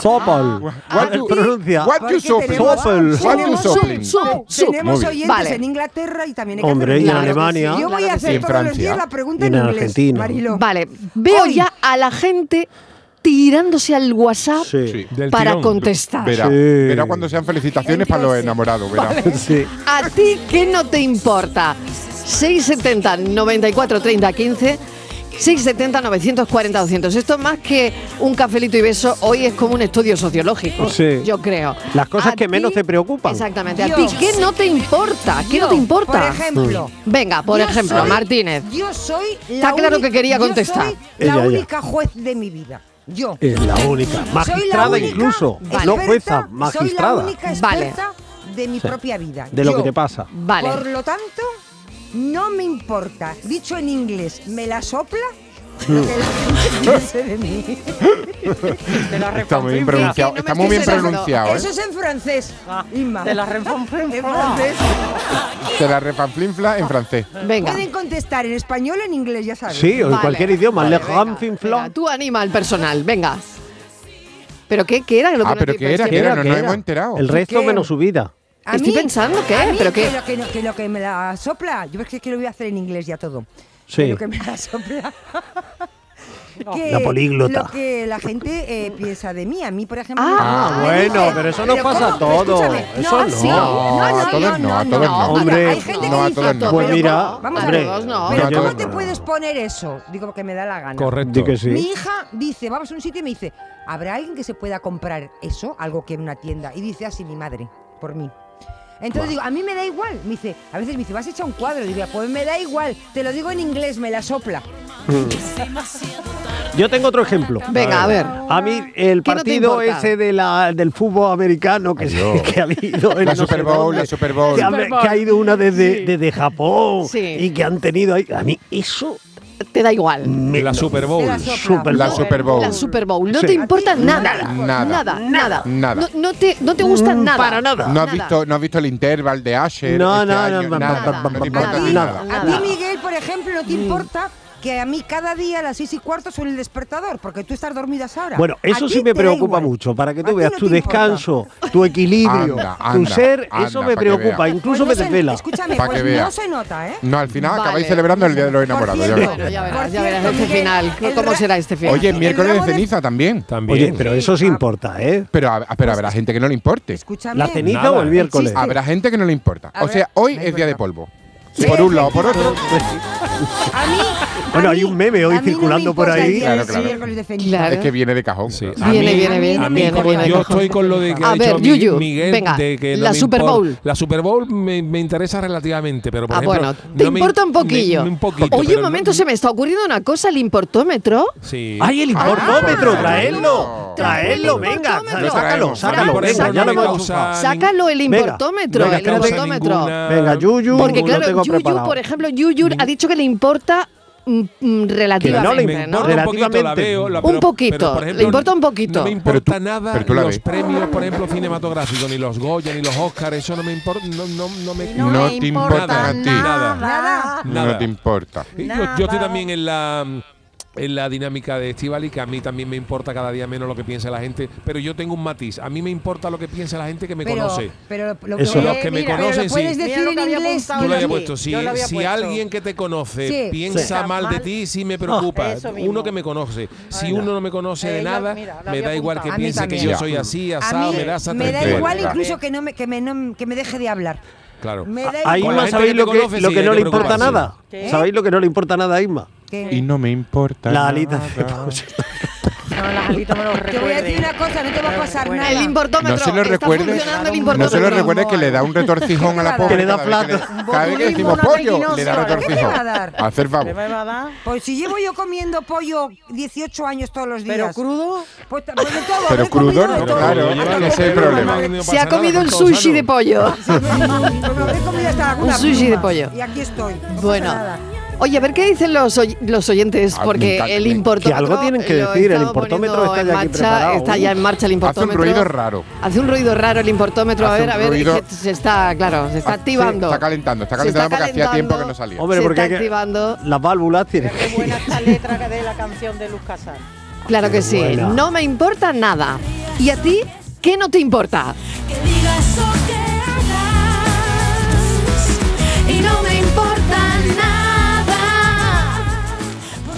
Speaker 3: Sopal.
Speaker 4: What you-
Speaker 3: Pronuncia.
Speaker 4: What
Speaker 8: Porque
Speaker 4: you sopling.
Speaker 8: tenemos-
Speaker 3: Sopel.
Speaker 4: What you
Speaker 8: tenemos-
Speaker 4: sopling.
Speaker 1: Sup, sup.
Speaker 8: Tenemos
Speaker 4: Muy bien.
Speaker 8: oyentes
Speaker 1: Vale.
Speaker 8: en Inglaterra y también en
Speaker 3: Hombre, y en
Speaker 1: Claro que
Speaker 3: Alemania.
Speaker 1: sí.
Speaker 8: Yo voy
Speaker 1: Claro
Speaker 8: a
Speaker 1: que
Speaker 8: hacer
Speaker 4: Y en
Speaker 8: todos los
Speaker 4: Francia.
Speaker 8: días la pregunta
Speaker 3: Y
Speaker 8: en,
Speaker 3: en
Speaker 8: inglés,
Speaker 3: Argentina.
Speaker 8: Marilo.
Speaker 1: Vale, veo
Speaker 8: Hoy-
Speaker 1: ya a la gente tirándose al WhatsApp
Speaker 3: Sí.
Speaker 5: Del
Speaker 1: para
Speaker 5: tirón.
Speaker 1: contestar.
Speaker 4: Verá,
Speaker 3: Sí.
Speaker 4: verá cuando sean felicitaciones para los enamorados, verá.
Speaker 3: Sí.
Speaker 1: A ti que no te importa. 670 94 30 15 670 940 200. Esto más que un cafelito y beso, hoy es como un estudio sociológico,
Speaker 3: Sí.
Speaker 1: yo creo.
Speaker 3: Las cosas
Speaker 1: A
Speaker 3: que menos
Speaker 1: ti-
Speaker 3: te preocupan.
Speaker 1: Exactamente.
Speaker 8: Yo.
Speaker 1: A ti qué no te importa, qué no te
Speaker 8: Yo,
Speaker 1: importa. Mm.
Speaker 8: Por ejemplo.
Speaker 1: Venga, por
Speaker 8: Yo
Speaker 1: ejemplo,
Speaker 8: soy-
Speaker 1: Martínez.
Speaker 8: Yo soy la
Speaker 1: Está claro
Speaker 8: única-
Speaker 1: que quería
Speaker 8: yo
Speaker 1: contestar.
Speaker 8: soy la
Speaker 3: Ella, ella.
Speaker 8: única juez de mi vida. Yo.
Speaker 3: Es la única. Magistrada
Speaker 8: soy la única
Speaker 3: incluso.
Speaker 8: experta,
Speaker 3: No jueza,
Speaker 8: Soy la
Speaker 3: magistrada.
Speaker 8: única
Speaker 1: Vale.
Speaker 8: experta de mi propia vida.
Speaker 3: De lo
Speaker 8: Yo,
Speaker 3: que te pasa.
Speaker 1: Vale.
Speaker 8: Por lo tanto, no me importa. Dicho en inglés, me la
Speaker 3: [LAUGHS]
Speaker 8: sopla. lo que la gente piense de mí.
Speaker 6: Te la
Speaker 4: Está muy
Speaker 6: reconfirma.
Speaker 4: bien pronunciado,
Speaker 1: no me
Speaker 4: está muy
Speaker 1: estoy
Speaker 4: bien
Speaker 1: enterando.
Speaker 4: pronunciado,
Speaker 8: Eso
Speaker 4: ¿eh?
Speaker 8: es en francés.
Speaker 6: Ah,
Speaker 8: Inma.
Speaker 6: Te la
Speaker 8: [LAUGHS] en
Speaker 6: reconfirma.
Speaker 8: francés.
Speaker 4: Te la refanflinfla en francés.
Speaker 1: Venga.
Speaker 8: Pueden contestar en español o en inglés, ya sabes.
Speaker 3: Sí, o en
Speaker 1: Vale.
Speaker 3: cualquier idioma.
Speaker 1: Vale,
Speaker 3: Le
Speaker 1: venga,
Speaker 3: Hanfin
Speaker 1: venga, Tú anima al personal, venga. ¿Pero qué, qué era? Lo
Speaker 4: Ah,
Speaker 1: que no
Speaker 4: pero
Speaker 1: te-
Speaker 4: que era,
Speaker 1: es
Speaker 4: que
Speaker 1: que-
Speaker 4: era, no nos hemos enterado.
Speaker 3: El resto
Speaker 8: ¿Qué?
Speaker 3: menos su vida.
Speaker 8: A
Speaker 1: Estoy pensando, ¿qué?
Speaker 8: a mí
Speaker 1: ¿Pero qué?
Speaker 8: Que lo que, no- que lo que me la sopla. Yo es que, que lo voy a hacer en inglés ya todo. Que
Speaker 3: Sí.
Speaker 8: Lo que me la
Speaker 3: [LAUGHS]
Speaker 8: sopla. Que
Speaker 3: La políglota.
Speaker 8: Lo que la gente eh, piensa de mí. A mí, por ejemplo.
Speaker 1: Ah,
Speaker 8: me
Speaker 3: bueno,
Speaker 8: dicen-
Speaker 3: pero eso no pasa
Speaker 8: ¿cómo? Pero
Speaker 3: a todos.
Speaker 8: escúchame,
Speaker 3: Eso
Speaker 8: sí,
Speaker 3: no.
Speaker 4: No, a todos no, a todos no.
Speaker 3: Hombre,
Speaker 8: hay gente
Speaker 4: no, a
Speaker 8: que dice
Speaker 4: todos no.
Speaker 8: pero
Speaker 3: Pues mira,
Speaker 8: ¿cómo? vamos
Speaker 3: hombre,
Speaker 8: a ver.
Speaker 1: no.
Speaker 8: Pero
Speaker 4: No, a
Speaker 8: ¿cómo
Speaker 4: todos
Speaker 8: te
Speaker 4: no.
Speaker 8: puedes poner eso? Digo, porque me da la gana.
Speaker 5: Correcto.
Speaker 3: Di que sí.
Speaker 8: Mi hija dice, vamos a un sitio y me dice, ¿habrá alguien que se pueda comprar eso? Algo que en una tienda. Y dice así mi madre, por mí. Entonces digo, a mí me da igual. Me dice, a veces me dice, vas a echar un cuadro. Y digo, pues me da igual. Te lo digo en inglés, me la sopla.
Speaker 3: Mm. Yo tengo otro ejemplo.
Speaker 1: Venga, a ver.
Speaker 3: A mí el
Speaker 1: ¿Qué no te
Speaker 3: partido
Speaker 1: importa?
Speaker 3: ese de la, del fútbol americano que, se- [LAUGHS]
Speaker 4: Adiós.
Speaker 3: que ha habido en
Speaker 4: La
Speaker 3: no sé
Speaker 4: Super Bowl,
Speaker 3: dónde,
Speaker 4: la Super Bowl.
Speaker 3: Que ha,
Speaker 1: Super Bowl.
Speaker 3: que ha ido una desde, desde Japón
Speaker 1: Sí.
Speaker 3: y que han tenido ahí. A mí eso
Speaker 1: Te da igual.
Speaker 3: me
Speaker 5: La Super Bowl.
Speaker 8: Te la sopla.
Speaker 3: Super
Speaker 4: La
Speaker 3: Bowl.
Speaker 4: Super Bowl.
Speaker 1: La Super Bowl. No
Speaker 3: Sí.
Speaker 1: te importa
Speaker 8: A ti,
Speaker 1: nada.
Speaker 4: nada.
Speaker 1: Nada. Nada.
Speaker 4: Nada.
Speaker 1: No, no te, no te gusta
Speaker 3: Mm,
Speaker 1: nada.
Speaker 3: para nada.
Speaker 4: No has, visto, no has visto el interval de Asher.
Speaker 3: No,
Speaker 4: este
Speaker 3: no,
Speaker 4: año,
Speaker 3: no,
Speaker 4: nada,
Speaker 1: no,
Speaker 4: no te
Speaker 8: A
Speaker 4: importa
Speaker 8: ti,
Speaker 3: nada. Mm.
Speaker 8: a ti, Miguel, por ejemplo, no te importa que a mí cada día a las seis y cuarto suene el despertador, porque tú estás dormida a esa hora.
Speaker 3: Bueno,
Speaker 8: A
Speaker 3: eso
Speaker 8: ti
Speaker 3: sí me
Speaker 8: te da
Speaker 3: preocupa
Speaker 8: igual.
Speaker 3: mucho, para que
Speaker 8: A
Speaker 3: tú
Speaker 8: ti
Speaker 3: veas
Speaker 8: no
Speaker 3: tu
Speaker 8: te importa.
Speaker 3: descanso, tu equilibrio,
Speaker 4: Anda,
Speaker 3: tu
Speaker 4: anda,
Speaker 3: ser,
Speaker 4: anda,
Speaker 3: eso
Speaker 4: pa'
Speaker 3: me
Speaker 4: que
Speaker 3: preocupa,
Speaker 4: vea.
Speaker 3: incluso
Speaker 8: Pues
Speaker 3: me
Speaker 8: no se-
Speaker 3: desvela.
Speaker 8: Escúchame,
Speaker 4: Pa' que
Speaker 8: pues
Speaker 4: vea.
Speaker 8: no se nota, ¿eh?
Speaker 4: No, al final
Speaker 1: Vale.
Speaker 4: acabáis celebrando el Día de los Enamorados. ya
Speaker 8: cierto,
Speaker 4: ves.
Speaker 1: Bueno, ya verás,
Speaker 8: Por
Speaker 1: ya verás
Speaker 8: cierto,
Speaker 1: este
Speaker 8: Miguel,
Speaker 1: final.
Speaker 8: el
Speaker 1: ¿Cómo
Speaker 8: ra-
Speaker 1: será este final?
Speaker 4: Oye,
Speaker 8: El
Speaker 4: miércoles de
Speaker 8: ramo de- Ah.
Speaker 4: ceniza también.
Speaker 5: También.
Speaker 3: Oye, pero eso sí importa, ¿eh?
Speaker 4: Pero, a- pero habrá gente que no le importe.
Speaker 8: Escúchame.
Speaker 3: ¿La ceniza
Speaker 5: Nada.
Speaker 3: o el miércoles?
Speaker 1: Existe.
Speaker 4: Habrá gente que no le importa. O
Speaker 8: Habrá-
Speaker 4: sea, hoy
Speaker 8: Es
Speaker 4: es día de
Speaker 8: verdad.
Speaker 4: polvo. Por un lado, por otro.
Speaker 8: A mí.
Speaker 3: Bueno,
Speaker 8: a
Speaker 3: hay
Speaker 8: mí-
Speaker 3: un meme hoy
Speaker 8: a mí no me
Speaker 3: circulando por
Speaker 8: importa el
Speaker 3: ahí.
Speaker 8: día de
Speaker 4: Claro, claro.
Speaker 8: miércoles de ceniza.
Speaker 1: Claro.
Speaker 4: Es que viene de cajón.
Speaker 5: Sí.
Speaker 4: A
Speaker 1: Viene,
Speaker 4: mí-
Speaker 1: viene, viene,
Speaker 4: a mí
Speaker 1: viene,
Speaker 4: con-
Speaker 1: viene.
Speaker 5: Yo estoy con lo de que
Speaker 1: A
Speaker 5: ha
Speaker 1: ver,
Speaker 5: dicho Mi-
Speaker 1: Yuyu,
Speaker 5: Miguel
Speaker 1: venga,
Speaker 5: de que no
Speaker 1: la
Speaker 5: me
Speaker 1: Super
Speaker 5: impor-
Speaker 1: Bowl.
Speaker 5: La Super Bowl me, me interesa relativamente, pero por
Speaker 1: Ah,
Speaker 5: ejemplo,
Speaker 1: bueno, te
Speaker 5: no me-
Speaker 1: importa un
Speaker 5: me-
Speaker 1: poquillo.
Speaker 5: un poquito,
Speaker 1: Oye,
Speaker 5: pero
Speaker 1: un
Speaker 5: no-
Speaker 1: momento, se me está ocurriendo una cosa, el importómetro.
Speaker 5: Sí.
Speaker 3: ¡Ay, el importómetro!
Speaker 4: Ah,
Speaker 3: ¡Traedlo!
Speaker 4: traedlo.
Speaker 3: ¡Traedlo! Venga,
Speaker 1: Importómetro.
Speaker 3: sácalo,
Speaker 4: Traemos,
Speaker 3: sácalo.
Speaker 1: por
Speaker 3: Venga,
Speaker 1: ejemplo,
Speaker 3: ya lo
Speaker 1: no me
Speaker 3: hemos
Speaker 1: causa-
Speaker 3: usado.
Speaker 1: Sácalo el
Speaker 3: Venga,
Speaker 1: importómetro,
Speaker 3: venga,
Speaker 1: el
Speaker 3: causa
Speaker 1: importómetro.
Speaker 3: Venga, Yuyu,
Speaker 1: Porque
Speaker 3: lo
Speaker 1: claro,
Speaker 3: tengo
Speaker 1: Yuyu,
Speaker 3: preparado.
Speaker 1: por ejemplo, Yuyu ha dicho que le importa mm, mm,
Speaker 3: le
Speaker 1: relativamente,
Speaker 5: me
Speaker 3: importa,
Speaker 1: ¿no?
Speaker 5: importa un poquito, la
Speaker 3: Relativamente.
Speaker 5: veo, la-
Speaker 1: Un poquito,
Speaker 5: por
Speaker 1: le importa un poquito.
Speaker 5: No me
Speaker 4: Pero
Speaker 5: importa
Speaker 4: tú-
Speaker 5: nada
Speaker 4: pero tú la
Speaker 5: los
Speaker 4: ves.
Speaker 5: premios, por ejemplo, cinematográficos, ni los Goya, ni los Oscars, eso no me importa, no, no, no me
Speaker 4: No
Speaker 5: nada,
Speaker 4: me te importa importa a ti.
Speaker 5: nada.
Speaker 6: Nada.
Speaker 5: nada.
Speaker 4: No te importa.
Speaker 5: Y Yo,
Speaker 6: Nada.
Speaker 5: yo estoy también en la en la dinámica de Estivali, que a mí también me importa cada día menos lo que piense la gente, pero yo tengo un matiz, a mí me importa lo que piensa la gente que me
Speaker 8: Pero,
Speaker 5: conoce.
Speaker 8: pero lo
Speaker 3: Eso.
Speaker 8: puedes-
Speaker 5: Los que me
Speaker 8: pero lo
Speaker 5: conocen, sí.
Speaker 8: puedes
Speaker 6: Mira
Speaker 8: decir
Speaker 6: lo que
Speaker 8: en
Speaker 6: había
Speaker 8: inglés.
Speaker 6: apuntado
Speaker 5: Yo lo había
Speaker 6: sí,
Speaker 5: puesto, si,
Speaker 6: yo lo había
Speaker 5: si
Speaker 6: puesto.
Speaker 5: alguien que te conoce
Speaker 8: Sí.
Speaker 5: piensa
Speaker 6: Sí.
Speaker 5: mal de
Speaker 6: Mal.
Speaker 5: ti, sí me preocupa.
Speaker 6: Eso mismo.
Speaker 5: uno que me conoce. Si
Speaker 6: Venga.
Speaker 5: uno no me conoce
Speaker 6: Eh,
Speaker 5: de
Speaker 6: lo-
Speaker 5: nada,
Speaker 6: mira, lo
Speaker 5: me
Speaker 6: había
Speaker 5: da igual que
Speaker 8: apuntado. A mí
Speaker 5: piense que yo
Speaker 8: también.
Speaker 5: soy así,
Speaker 8: A
Speaker 5: asado,
Speaker 8: mí
Speaker 5: me da esa
Speaker 8: me da
Speaker 5: tristeza.
Speaker 8: igual
Speaker 4: Venga.
Speaker 8: incluso que no me, que me, no- que me deje de hablar.
Speaker 5: Claro.
Speaker 8: Me da
Speaker 3: A
Speaker 5: Con
Speaker 8: igual.
Speaker 5: la
Speaker 3: Isma,
Speaker 5: gente
Speaker 3: ¿sabéis
Speaker 5: que
Speaker 3: lo
Speaker 5: te
Speaker 3: que,
Speaker 5: conoce,
Speaker 3: lo
Speaker 5: sí,
Speaker 3: que
Speaker 5: hay
Speaker 3: no
Speaker 5: que
Speaker 3: le importa
Speaker 5: preocuparse.
Speaker 3: nada?
Speaker 6: ¿Qué?
Speaker 3: ¿Sabéis lo que no le importa nada a Isma?
Speaker 8: Que-
Speaker 4: Y no me importa.
Speaker 3: La alita
Speaker 8: [LAUGHS]
Speaker 3: de
Speaker 4: nada.
Speaker 3: pollo.
Speaker 6: No, las alitas me lo
Speaker 8: Te voy a decir
Speaker 6: recuerden.
Speaker 8: una cosa, no te va a pasar
Speaker 6: Bueno.
Speaker 8: nada.
Speaker 1: El importómetro.
Speaker 4: No se lo
Speaker 1: está
Speaker 4: recuerde,
Speaker 1: funcionando el
Speaker 4: no se
Speaker 1: importómetro.
Speaker 4: lo recuerde que le da un retorcijón a la pobre.
Speaker 8: Que le
Speaker 3: da
Speaker 4: cada vez que
Speaker 3: plata.
Speaker 4: le- Cada vez que decimos
Speaker 6: Botulismo,
Speaker 4: pollo, le da
Speaker 6: una
Speaker 8: ¿Qué te
Speaker 4: retorcijón.
Speaker 8: va a dar?
Speaker 4: Hacer
Speaker 6: ¿Qué
Speaker 4: favor.
Speaker 6: me va a dar?
Speaker 8: Pues si llevo yo comiendo pollo 18 años todos los días.
Speaker 6: ¿Pero crudo?
Speaker 8: Pues, ta- pues de todo,
Speaker 4: Pero
Speaker 8: he comido de
Speaker 4: crudo, no,
Speaker 8: todo.
Speaker 4: claro,
Speaker 8: Hasta
Speaker 4: lleva
Speaker 8: he
Speaker 4: que
Speaker 8: comido
Speaker 4: ese es el problema.
Speaker 8: una vez.
Speaker 1: Se ha comido un sushi de pollo.
Speaker 8: Pues he comido hasta alguna
Speaker 1: Un sushi de
Speaker 8: pluma.
Speaker 1: pollo.
Speaker 8: Y aquí estoy. no pasa
Speaker 1: Bueno.
Speaker 8: nada.
Speaker 1: Oye, a ver qué dicen los, oy- los oyentes,
Speaker 4: Ah, me
Speaker 1: porque
Speaker 4: encanta,
Speaker 1: el
Speaker 4: me-
Speaker 1: importómetro.
Speaker 3: Que algo tienen que
Speaker 1: lo
Speaker 3: decir, el
Speaker 1: estamos
Speaker 3: importómetro
Speaker 1: poniendo
Speaker 3: está
Speaker 1: en
Speaker 3: ya aquí
Speaker 1: marcha,
Speaker 3: preparado.
Speaker 1: Está ya en marcha el
Speaker 4: Hace un
Speaker 1: importómetro.
Speaker 4: ruido raro.
Speaker 1: Hace un ruido raro el importómetro. A
Speaker 4: Hace
Speaker 1: ver,
Speaker 4: un
Speaker 1: a ver,
Speaker 4: ruido-
Speaker 1: es que se está, claro, se está
Speaker 4: Ah, sí,
Speaker 1: activando.
Speaker 4: está calentando, está
Speaker 1: Se
Speaker 4: calentando porque hacía tiempo que no salía.
Speaker 3: Hombre,
Speaker 1: se
Speaker 3: porque
Speaker 1: está
Speaker 3: hay que-
Speaker 1: activando.
Speaker 3: las válvulas tienen
Speaker 6: Mira qué buena esta letra de la canción de Luz Casal.
Speaker 1: Claro que sí.
Speaker 3: buena.
Speaker 1: No me importa nada. ¿Y a ti qué no te
Speaker 4: [LAUGHS]
Speaker 1: importa?
Speaker 9: que digas o que hagas y no me importa nada.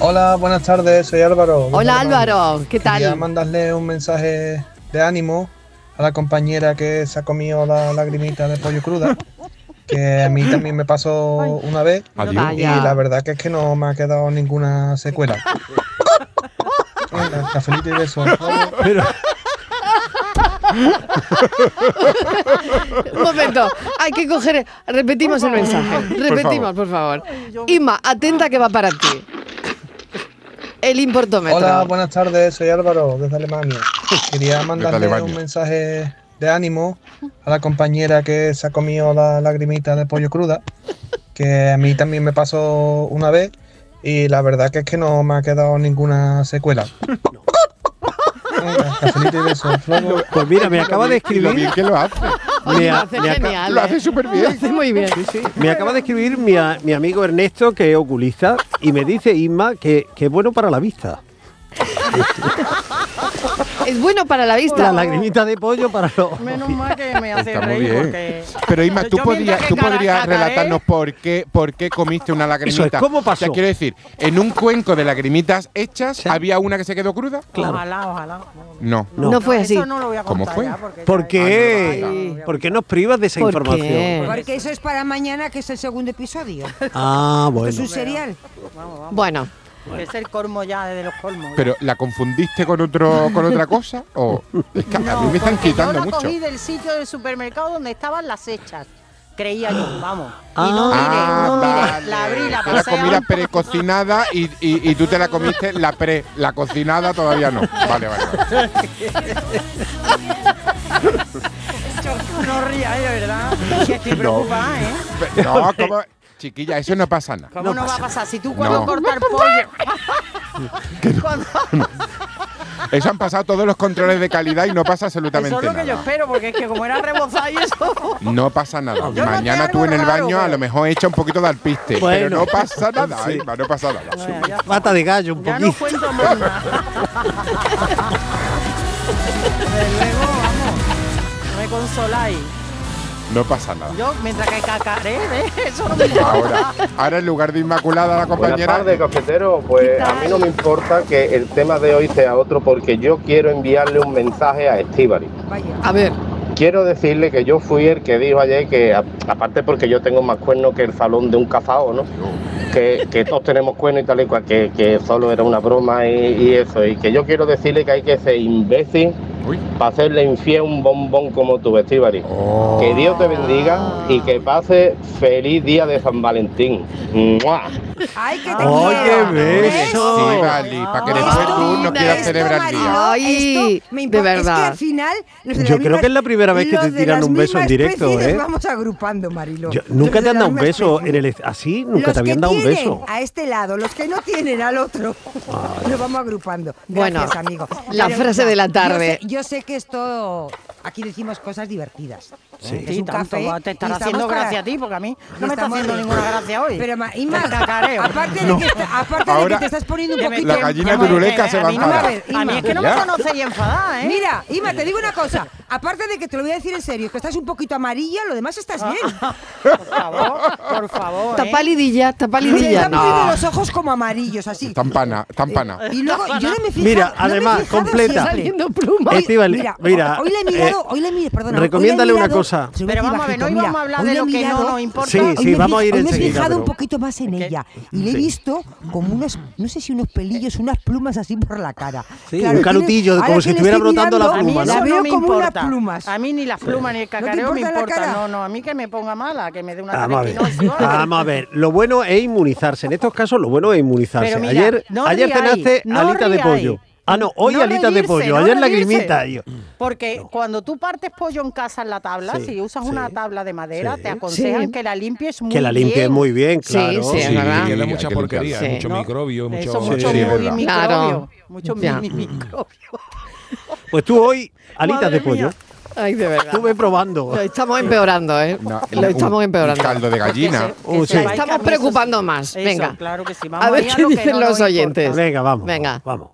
Speaker 10: Hola, buenas tardes, soy Álvaro.
Speaker 1: Hola Álvaro, ¿qué
Speaker 10: Quería
Speaker 1: tal?
Speaker 10: mandarle un mensaje de ánimo a la compañera que se ha comido la lagrimita de
Speaker 1: [LAUGHS]
Speaker 10: pollo cruda, que a mí también me pasó una vez
Speaker 4: Adiós.
Speaker 10: y
Speaker 1: Vaya.
Speaker 10: la verdad que es que no me ha quedado
Speaker 1: [LAUGHS]
Speaker 10: ninguna secuela. Venga, Cafelito y besos. [LAUGHS]
Speaker 3: Pero,
Speaker 1: Un momento, hay que coger. Repetimos el mensaje. Repetimos, por favor. Inma, atenta que va para ti. El importómetro.
Speaker 10: Hola, buenas tardes, soy Álvaro desde Alemania. Quería mandarle
Speaker 4: Alemania.
Speaker 10: un mensaje de ánimo a la compañera que se ha comido la lagrimita de pollo cruda, que a mí también me pasó una vez y la verdad que es que no me ha quedado ninguna secuela. Venga, cafelito y besos, hasta luego.
Speaker 3: pues mira, me acaba de
Speaker 4: Y lo
Speaker 3: escribir.
Speaker 4: bien que lo hace.
Speaker 1: Oye,
Speaker 3: [LAUGHS] me
Speaker 1: lo
Speaker 3: a-
Speaker 1: hace
Speaker 3: me aca-
Speaker 1: genial.
Speaker 4: Lo
Speaker 1: ¿eh?
Speaker 4: hace súper
Speaker 1: Lo
Speaker 4: bien.
Speaker 1: hace muy bien.
Speaker 3: Me acaba de escribir mi, a- mi amigo Ernesto, que es oculista, y me dice Isma que, que es bueno para la vista.
Speaker 1: Es bueno para la vista.
Speaker 3: La lagrimita de pollo para
Speaker 8: [LAUGHS]
Speaker 3: los.
Speaker 6: Menos mal que me
Speaker 1: [LAUGHS]
Speaker 6: hace
Speaker 4: Está muy
Speaker 6: reír
Speaker 4: bien.
Speaker 6: porque...
Speaker 4: Pero Isma, tú,
Speaker 6: Yo mientras
Speaker 4: podrías,
Speaker 6: que
Speaker 4: tú podrías
Speaker 6: caracataré-
Speaker 4: relatarnos por qué, por qué comiste una lagrimita.
Speaker 3: Eso es, ¿cómo pasó?
Speaker 4: O sea, quiero decir, en un cuenco de lagrimitas hechas, ¿había una que se quedó cruda?
Speaker 6: Ojalá, ojalá.
Speaker 4: No.
Speaker 1: No, fue así.
Speaker 6: Eso no lo voy a
Speaker 4: ¿Cómo
Speaker 6: contar
Speaker 4: fue?
Speaker 6: ya, porque
Speaker 3: ¿Por
Speaker 6: ya-
Speaker 8: Ah,
Speaker 3: qué? ¿Por qué nos privas de esa
Speaker 1: ¿Por
Speaker 3: información?
Speaker 1: qué?
Speaker 8: Porque eso es para mañana, que es el segundo episodio.
Speaker 3: Ah,
Speaker 8: Es
Speaker 3: bueno.
Speaker 8: un serial.
Speaker 1: Bueno,
Speaker 6: Es el colmo ya, de los colmos.
Speaker 4: ¿Pero la confundiste con otro con otra cosa? O es que a mí me están
Speaker 6: porque
Speaker 4: quitando
Speaker 6: yo la
Speaker 4: mucho.
Speaker 6: cogí del sitio del supermercado donde estaban las hechas. Creía yo, vamos. y no miré,
Speaker 4: Ah,
Speaker 6: no miré.
Speaker 4: vale.
Speaker 6: La abrí, la
Speaker 4: Era
Speaker 6: pasé a
Speaker 4: comida
Speaker 6: un-
Speaker 4: precocinada y, y, y tú te la comiste la pre, la cocinada todavía no. Vale, vale, vale.
Speaker 6: No rías, de
Speaker 4: [LAUGHS]
Speaker 6: verdad. Que estoy
Speaker 4: No.
Speaker 6: preocupada, ¿eh?
Speaker 4: Pe- No, como- chiquilla, eso no pasa nada.
Speaker 6: ¿Cómo no, va a pasar? Si tú cuando
Speaker 4: No.
Speaker 6: cortar pollo. [LAUGHS] Cuando-
Speaker 4: [LAUGHS] Eso han pasado todos los controles de calidad y no pasa absolutamente
Speaker 6: Eso es lo que yo
Speaker 4: nada.
Speaker 6: espero, porque es que como era rebozada y
Speaker 4: [LAUGHS]
Speaker 6: eso.
Speaker 4: No pasa nada.
Speaker 6: Yo
Speaker 4: Mañana
Speaker 6: noté
Speaker 4: tú
Speaker 6: algo
Speaker 4: en el
Speaker 6: raro,
Speaker 4: baño a
Speaker 6: pero-
Speaker 4: lo mejor echa un poquito de alpiste,
Speaker 3: Bueno.
Speaker 4: pero no pasa nada,
Speaker 3: Sí.
Speaker 4: Inma, no pasa nada.
Speaker 6: Bueno, ya,
Speaker 3: Pata de gallo, un
Speaker 6: ya no
Speaker 3: poquito.
Speaker 6: cuento más nada. Desde luego, vamos. Me consoláis.
Speaker 4: No pasa nada.
Speaker 6: Yo, mientras que cacaré, ¿eh? Eso no me
Speaker 4: Ahora, ahora en lugar de Inmaculada la
Speaker 11: Buenas
Speaker 4: compañera,
Speaker 11: tardes, cafetero. Pues a mí no me importa que el tema de hoy sea otro porque yo quiero enviarle un mensaje a Estíbaliz.
Speaker 8: Vaya.
Speaker 1: a ver,
Speaker 11: Quiero decirle que yo fui el que dijo ayer que, a- aparte porque yo tengo más cuernos que el salón de un cafao, ¿no? Que, que todos tenemos cuernos y tal y cual, que, que solo era una broma y, y eso. Y que yo quiero decirle que hay que ser imbécil para hacerle infiel un bombón como tu Estíbaliz. Que Dios te bendiga y que pase feliz día de San Valentín. ¡Mua!
Speaker 8: ¡Ay, qué te
Speaker 11: Oye,
Speaker 4: beso. Estíbaliz, para que después tú no quieras celebrar el día.
Speaker 1: Ay, de
Speaker 8: Es que
Speaker 1: verdad.
Speaker 8: al final. los de
Speaker 3: Yo
Speaker 8: las
Speaker 3: creo que es la primera vez que
Speaker 8: los
Speaker 3: te
Speaker 8: de
Speaker 3: tiran
Speaker 8: las
Speaker 3: un beso en
Speaker 8: mismas
Speaker 3: directo,
Speaker 8: especies
Speaker 3: ¿eh?
Speaker 8: Nos vamos agrupando, Marilo.
Speaker 3: Yo- nunca
Speaker 8: Los
Speaker 3: te
Speaker 8: de
Speaker 3: han
Speaker 8: las
Speaker 3: dado un
Speaker 8: mismas
Speaker 3: beso en el así, nunca
Speaker 8: Los
Speaker 3: te habían
Speaker 8: que
Speaker 3: dado un
Speaker 8: tienen
Speaker 3: beso.
Speaker 8: A este lado, los que no tienen al otro. Nos vamos agrupando. Gracias,
Speaker 1: Bueno,
Speaker 8: amigo.
Speaker 1: la frase de la tarde.
Speaker 8: Yo sé, yo sé que esto. Aquí decimos cosas divertidas. ¿eh?
Speaker 6: Sí.
Speaker 8: Es
Speaker 6: Sí,
Speaker 8: un
Speaker 6: tanto,
Speaker 8: café
Speaker 6: va, te
Speaker 8: y
Speaker 6: estará
Speaker 8: estamos
Speaker 6: haciendo
Speaker 8: para-
Speaker 6: gracia a ti, porque a mí no me está
Speaker 8: estamos
Speaker 6: haciendo
Speaker 8: riendo.
Speaker 6: ninguna gracia hoy.
Speaker 8: Pero, Ma- Inma,
Speaker 6: El cacareo.
Speaker 8: aparte, de que, está- aparte de que
Speaker 4: Ahora-
Speaker 8: te estás poniendo un
Speaker 6: Que me-
Speaker 8: poquito...
Speaker 4: La gallina
Speaker 6: Vamos a ver,
Speaker 4: turuleca
Speaker 6: que
Speaker 4: se
Speaker 6: a
Speaker 4: va
Speaker 6: mí
Speaker 4: a
Speaker 6: no me-
Speaker 8: Inma, a
Speaker 4: enfadar.
Speaker 8: ver,
Speaker 6: A mí
Speaker 8: Inma.
Speaker 6: es que no
Speaker 4: Ya.
Speaker 6: me conoce y enfadada, ¿eh?
Speaker 8: Mira, Ima, te digo una cosa. Aparte de que te lo voy a decir en serio, que estás un poquito amarilla, lo demás estás
Speaker 6: [LAUGHS]
Speaker 8: bien.
Speaker 6: Por favor, por favor.
Speaker 1: Está
Speaker 6: ¿eh?
Speaker 1: palidilla, está palidilla.
Speaker 8: Están poniendo
Speaker 1: No. Eh,
Speaker 8: los ojos como amarillos, así.
Speaker 4: Tampana, tampana.
Speaker 8: Y luego yo no me fijo.
Speaker 3: Mira,
Speaker 8: no me he
Speaker 3: además,
Speaker 8: fijado
Speaker 3: completa.
Speaker 8: siempre.
Speaker 1: Saliendo plumas.
Speaker 3: Estíbaliz,
Speaker 8: Mira,
Speaker 3: mira, eh,
Speaker 8: hoy le he mirado, hoy le he mirado, perdona. hoy le he
Speaker 3: recomiéndale una
Speaker 8: mirado-
Speaker 3: cosa.
Speaker 8: se
Speaker 6: Pero
Speaker 8: lo voy decir
Speaker 6: vamos a ver,
Speaker 8: bajito,
Speaker 6: hoy
Speaker 8: mira,
Speaker 6: vamos a hablar
Speaker 8: hoy
Speaker 6: de
Speaker 8: le
Speaker 6: lo
Speaker 8: he
Speaker 6: que no
Speaker 8: mirado-
Speaker 6: nos importa.
Speaker 3: Sí,
Speaker 8: Hoy
Speaker 3: sí,
Speaker 8: me he
Speaker 3: vamos a
Speaker 8: fij-
Speaker 3: ir
Speaker 8: hoy me he
Speaker 3: enseguida,
Speaker 8: fijado
Speaker 3: pero-
Speaker 8: un poquito más en ella y le he visto como unos, no sé si unos pelillos, unas plumas así por la cara.
Speaker 3: Sí, un canutillo,
Speaker 8: ahora
Speaker 3: como
Speaker 8: que
Speaker 3: si
Speaker 8: le
Speaker 3: estuviera
Speaker 8: estoy
Speaker 3: brotando la
Speaker 6: A
Speaker 8: mirando,
Speaker 6: mí
Speaker 3: pluma,
Speaker 6: eso
Speaker 8: La
Speaker 6: no
Speaker 8: veo
Speaker 6: me
Speaker 8: como
Speaker 6: importa.
Speaker 8: unas plumas.
Speaker 6: A mí ni las plumas ni el cacareo me
Speaker 8: importa la
Speaker 6: importa.
Speaker 8: cara? Ah,
Speaker 6: No, no, a mí que me ponga mala, que me dé una
Speaker 3: Vamos a [LAUGHS] ver,
Speaker 6: triquinosis.
Speaker 3: vamos a ver. Lo bueno es inmunizarse. En estos casos, lo bueno es inmunizarse.
Speaker 6: Pero mira,
Speaker 3: ayer
Speaker 6: no
Speaker 3: ayer
Speaker 6: ríais,
Speaker 3: cenaste
Speaker 6: no
Speaker 3: alita de
Speaker 6: ríais.
Speaker 3: pollo. Ah, no, hoy
Speaker 6: No
Speaker 3: alitas de
Speaker 6: reírse,
Speaker 3: pollo.
Speaker 6: no
Speaker 3: ayer
Speaker 6: reírse.
Speaker 3: lagrimita. Yo.
Speaker 6: Porque cuando tú partes pollo en casa en la tabla,
Speaker 3: Sí,
Speaker 6: si usas
Speaker 3: sí,
Speaker 6: una tabla de madera, te aconsejan
Speaker 1: Sí.
Speaker 6: que la limpies muy bien.
Speaker 3: Que la limpies muy bien,
Speaker 1: Sí,
Speaker 3: claro.
Speaker 1: sí, es
Speaker 5: Sí,
Speaker 1: verdad.
Speaker 5: queda
Speaker 4: hay
Speaker 5: mucha
Speaker 4: que
Speaker 5: porquería,
Speaker 4: limpiarlo.
Speaker 5: mucho
Speaker 6: ¿no?
Speaker 5: microbio, mucho.
Speaker 6: Eso, mucho
Speaker 3: Sí, es
Speaker 6: muy
Speaker 4: verdad.
Speaker 6: microbio.
Speaker 1: Claro.
Speaker 6: Mucho
Speaker 1: Ya.
Speaker 6: mi- mi- microbio.
Speaker 3: Pues tú hoy, alitas
Speaker 6: Madre
Speaker 3: de pollo.
Speaker 6: mía.
Speaker 1: Ay, de verdad.
Speaker 3: Estuve probando.
Speaker 1: Lo estamos empeorando, ¿eh?
Speaker 4: Una-
Speaker 1: Lo estamos
Speaker 4: un-
Speaker 1: empeorando. Oh,
Speaker 4: Un caldo de gallina.
Speaker 6: Que se- que se
Speaker 3: Uh, sí.
Speaker 6: vaya
Speaker 1: Estamos
Speaker 6: cambiando
Speaker 1: preocupando
Speaker 6: eso.
Speaker 1: más.
Speaker 6: Eso,
Speaker 1: Venga.
Speaker 6: claro que sí. Vamos
Speaker 1: A ver
Speaker 6: ir
Speaker 1: qué
Speaker 6: lo que
Speaker 1: dicen
Speaker 6: no
Speaker 1: los
Speaker 6: nos
Speaker 1: oyentes.
Speaker 6: importa.
Speaker 3: Venga, vamos.
Speaker 1: Venga.
Speaker 3: Vamos.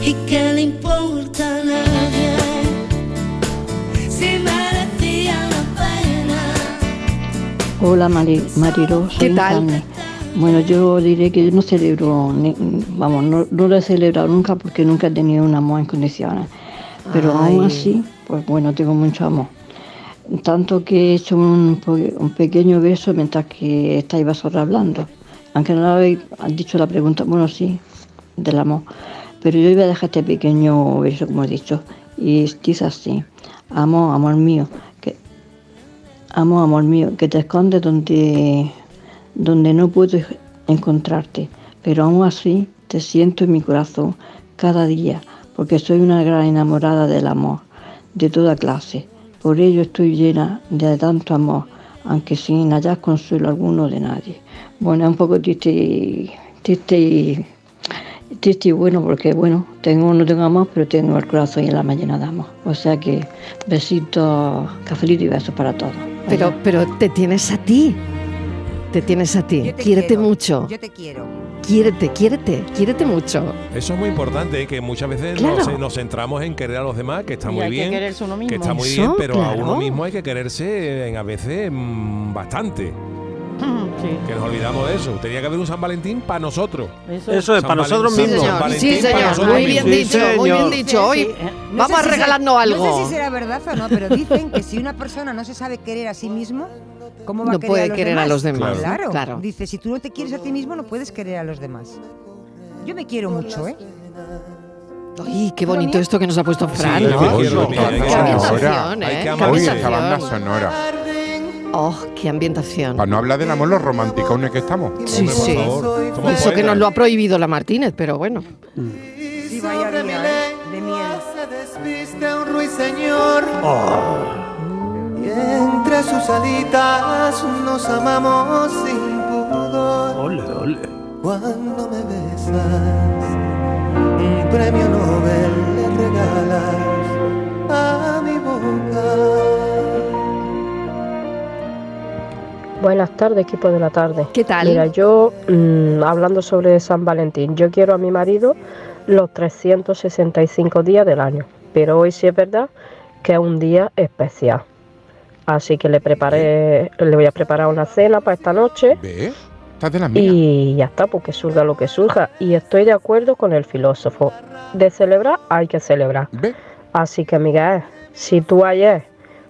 Speaker 9: ¿Y qué le importa a nadie? Si merecía la pena.
Speaker 12: Hola Mari- Mariro, soy
Speaker 1: ¿Qué tal?
Speaker 12: Incarne. Bueno, yo diré que yo no celebro, ni- vamos, no, no lo he celebrado nunca porque nunca he tenido un amor en condiciones. Pero aún así, pues bueno, tengo mucho amor. Tanto que he hecho un, po- un pequeño beso mientras que estáis vosotros hablando. Aunque no lo habéis han dicho la pregunta, bueno, sí, del amor. Pero yo iba a dejar este pequeño beso, como he dicho. Y dice así, amor, amor mío, que Amo, amor mío, que te escondes donde, donde no puedo encontrarte, pero aún así te siento en mi corazón cada día, porque soy una gran enamorada del amor, de toda clase. Por ello estoy llena de tanto amor, aunque sin hallar consuelo alguno de nadie. Bueno, es un poco triste y, triste y, triste y bueno, porque bueno, tengo no tengo amor, pero tengo el corazón y el alma llena de amor. O sea que besitos, cafelito y besos para todos.
Speaker 1: Pero, pero te tienes a ti. Te tienes a ti.
Speaker 8: Yo te
Speaker 1: Quiérete
Speaker 8: quiero,
Speaker 1: mucho.
Speaker 8: Yo te quiero.
Speaker 1: Quiérete, quiérete, quiérete mucho.
Speaker 5: Eso es muy importante, ¿eh? que muchas veces
Speaker 1: Claro.
Speaker 5: nos, nos centramos en querer a los demás, que está
Speaker 6: Y
Speaker 5: muy
Speaker 6: hay que
Speaker 5: bien.
Speaker 6: quererse uno mismo.
Speaker 5: que está muy
Speaker 1: Eso,
Speaker 5: bien, pero a
Speaker 1: claro.
Speaker 5: uno mismo hay que quererse en, a veces mm, bastante.
Speaker 6: [LAUGHS] Sí,
Speaker 5: Que nos olvidamos de eso. Tenía que haber un San Valentín para nosotros.
Speaker 6: eso es.
Speaker 3: Eso es
Speaker 5: San
Speaker 3: para nosotros
Speaker 5: Valen-
Speaker 1: Sí,
Speaker 5: San
Speaker 3: mismos.
Speaker 1: señor.
Speaker 5: Valentín
Speaker 1: Sí,
Speaker 5: para
Speaker 1: señor.
Speaker 5: nosotros
Speaker 1: Muy bien
Speaker 5: mismos.
Speaker 1: dicho,
Speaker 3: Sí,
Speaker 1: muy bien
Speaker 3: señor.
Speaker 1: dicho.
Speaker 6: Sí,
Speaker 1: Hoy
Speaker 6: sí.
Speaker 8: No
Speaker 1: vamos
Speaker 8: sé
Speaker 1: a
Speaker 8: si
Speaker 1: regalarnos
Speaker 8: será-
Speaker 1: algo.
Speaker 8: No sé si será verdad o no, pero dicen que si una persona no se sabe querer a sí mismo, ¿cómo va
Speaker 1: No
Speaker 8: a querer
Speaker 1: puede
Speaker 8: a los
Speaker 1: querer a
Speaker 8: demás?
Speaker 1: los demás,
Speaker 8: Claro.
Speaker 1: claro.
Speaker 8: Dice, si tú no te quieres a ti mismo, no puedes querer a los demás. Yo me quiero mucho, ¿eh?
Speaker 1: Ay, qué bonito esto que nos ha puesto Fran,
Speaker 5: Sí,
Speaker 1: ¿no?
Speaker 5: yo
Speaker 4: quiero,
Speaker 1: Qué
Speaker 4: yo quiero.
Speaker 1: ambientación,
Speaker 5: Hay
Speaker 1: ¿eh?
Speaker 5: que
Speaker 1: Qué
Speaker 5: amar.
Speaker 4: Oye, esta
Speaker 1: ambientación.
Speaker 4: banda sonora.
Speaker 1: Oh, qué ambientación.
Speaker 4: Para no hablar del amor, los romanticones que estamos.
Speaker 1: Sí,
Speaker 5: Hombre, por
Speaker 1: sí.
Speaker 5: favor, somos
Speaker 1: Eso que
Speaker 5: poetas.
Speaker 1: nos lo ha prohibido la Martínez, pero bueno.
Speaker 8: Sí, vaya día, ¿eh? De miel.
Speaker 13: Se despiste un ruiseñor.
Speaker 8: Oh.
Speaker 13: Y entre sus alitas nos amamos sin pudor.
Speaker 3: Ole, ole.
Speaker 13: Cuando me besas, un premio Nobel le regalas a mi boca.
Speaker 14: Buenas tardes, equipo de la tarde.
Speaker 1: ¿Qué tal?
Speaker 14: Mira, yo mm, hablando sobre San Valentín, yo quiero a mi marido los 365 días del año, pero hoy sí es verdad que es un día especial. Así que le preparé, le voy a preparar una cena para esta noche
Speaker 4: ¿Ve? Estás de las mías.
Speaker 14: y ya está, porque surga lo que surja. Y estoy de acuerdo con el filósofo. De celebrar hay que celebrar.
Speaker 4: ¿Ve?
Speaker 14: Así que, Miguel, si tú ayer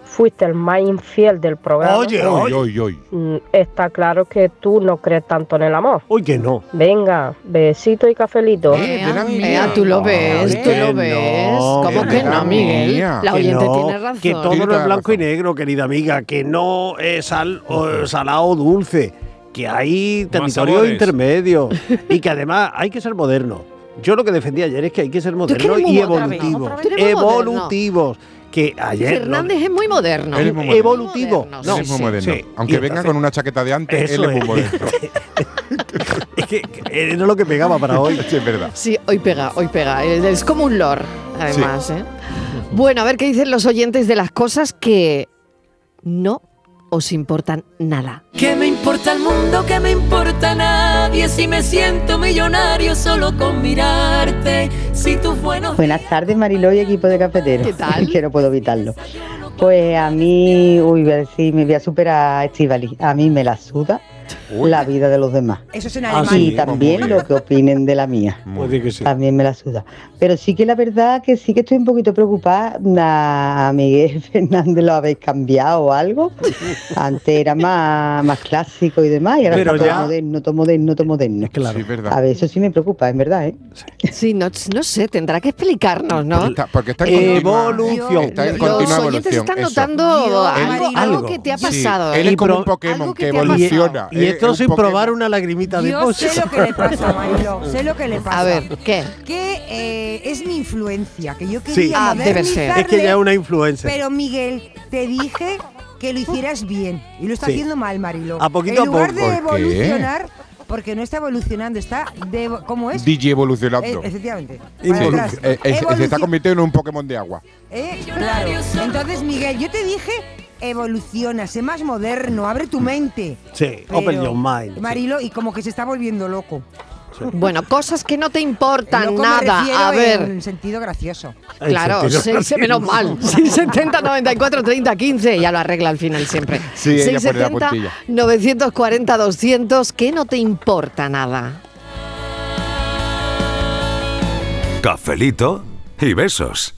Speaker 14: fuiste el más infiel del programa.
Speaker 4: Oye, oye, oye, oye.
Speaker 14: Mm, Está claro que tú no crees tanto en el amor.
Speaker 3: Oye, que no.
Speaker 14: Venga, besito y cafelito.
Speaker 1: Vea, tú lo ves, tú lo ves. ¿Cómo que no, Miguel? La oyente
Speaker 3: no,
Speaker 1: tiene razón.
Speaker 3: Que todo no es blanco y negro, querida amiga. Que no es sal, o salado dulce. Que hay territorio
Speaker 5: sabores.
Speaker 3: intermedio. y que además hay que ser moderno. Yo lo que defendí ayer es que hay que ser
Speaker 1: que eres
Speaker 3: moderno
Speaker 1: muy
Speaker 3: y
Speaker 1: otra vez,
Speaker 3: evolutivos.
Speaker 1: otra vez. Tú eres muy moderno.
Speaker 3: Evolutivos. Que ayer. lo-
Speaker 1: Fernández es muy moderno.
Speaker 3: Él es muy moderno. Evolutivo.
Speaker 1: Moderno,
Speaker 3: No,
Speaker 1: sí,
Speaker 4: Él es muy
Speaker 1: sí.
Speaker 4: moderno.
Speaker 3: sí.
Speaker 4: Aunque
Speaker 3: Y
Speaker 4: venga
Speaker 3: entonces-
Speaker 4: con una chaqueta de antes,
Speaker 3: Eso
Speaker 4: él es muy
Speaker 3: es.
Speaker 4: moderno.
Speaker 3: Era Eh, lo que pegaba para hoy.
Speaker 4: [LAUGHS] Sí, es verdad.
Speaker 1: Sí, hoy pega, hoy pega. Es como un lore, además. ¿eh? Bueno, a ver qué dicen los oyentes de las cosas que no os importan nada.
Speaker 15: ¿Qué me importa el mundo? ¿Qué me importa nadie? Si me siento millonario solo con mirarte. Si tú buenos
Speaker 16: Buenas tardes, Mariló y equipo de cafeteros.
Speaker 15: ¿Qué
Speaker 16: [LAUGHS]
Speaker 15: tal?
Speaker 16: que no puedo evitarlo. Pues a mí, uy, voy a decir, me voy a superar a Estivali. A mí me la suda la vida de los demás.
Speaker 8: Eso es en
Speaker 16: Y
Speaker 8: alemán.
Speaker 16: también lo que opinen de la mía. También me la suda. Pero sí que la verdad que sí que estoy un poquito preocupada. A Miguel [LAUGHS] Fernández lo habéis cambiado o algo. Antes era más, más clásico y demás. Y ahora
Speaker 3: Pero
Speaker 16: está todo
Speaker 3: ya-
Speaker 16: moderno, todo moderno, todo moderno.
Speaker 3: Claro.
Speaker 4: Sí, es verdad.
Speaker 16: A ver, eso sí me preocupa, en verdad, ¿eh?
Speaker 1: Sí, no, no sé, tendrá que explicarnos, ¿no?
Speaker 4: Está- porque está en continua-
Speaker 3: Evolución.
Speaker 4: Está
Speaker 1: Los
Speaker 4: en continua
Speaker 1: oyentes
Speaker 4: evolución.
Speaker 1: están
Speaker 4: eso.
Speaker 1: notando algo,
Speaker 3: Marilo.
Speaker 1: algo que te ha
Speaker 4: Sí,
Speaker 1: pasado.
Speaker 4: él
Speaker 1: ¿eh?
Speaker 4: es como un
Speaker 1: Algo
Speaker 4: Pokémon que
Speaker 1: te ha
Speaker 4: evoluciona.
Speaker 3: Y
Speaker 4: Eh,
Speaker 3: esto
Speaker 4: un
Speaker 3: sin
Speaker 4: Pokémon.
Speaker 3: probar una lagrimita de
Speaker 8: Yo
Speaker 3: pozo.
Speaker 8: sé lo que le
Speaker 3: [LAUGHS]
Speaker 8: pasa, Marilo. Sé lo que le pasa.
Speaker 1: A ver, ¿qué?
Speaker 8: Que eh, es mi influencia, que yo quería
Speaker 3: Sí, Ah, debe ser.
Speaker 8: modernizarle,
Speaker 3: Es que ya es una influencer.
Speaker 8: Pero Miguel, te dije que lo hicieras bien y lo está
Speaker 3: Sí.
Speaker 8: haciendo mal, Marilo.
Speaker 3: A poquito
Speaker 8: en
Speaker 3: a
Speaker 8: lugar
Speaker 3: poco.
Speaker 8: de
Speaker 4: ¿Por qué?
Speaker 8: evolucionar, porque no está evolucionando, está de, ¿cómo es?
Speaker 4: DJ evolucionando.
Speaker 8: Eh, efectivamente.
Speaker 4: Sí.
Speaker 8: para atrás.
Speaker 4: Eh, eh, se está
Speaker 8: Evolucion-
Speaker 4: convirtiendo en un Pokémon de agua.
Speaker 8: Eh, claro. Entonces, Miguel, yo te dije, evoluciona, sé más moderno, abre tu mente.
Speaker 3: Sí,
Speaker 8: Pero,
Speaker 3: open your mind. sí.
Speaker 8: Marilo, y como que se está volviendo loco.
Speaker 1: Bueno, cosas que no te importan
Speaker 8: Loco me refiero
Speaker 1: nada. A ver.
Speaker 8: En sentido gracioso.
Speaker 1: Claro,
Speaker 8: sentido
Speaker 1: seis-
Speaker 8: gracioso.
Speaker 1: menos mal. [LAUGHS] 670 94 30 15, ya lo arregla al final siempre.
Speaker 4: Sí, ella pone la
Speaker 1: 670
Speaker 4: puntilla.
Speaker 1: 940 200, que no te importa nada.
Speaker 17: Cafelito y besos.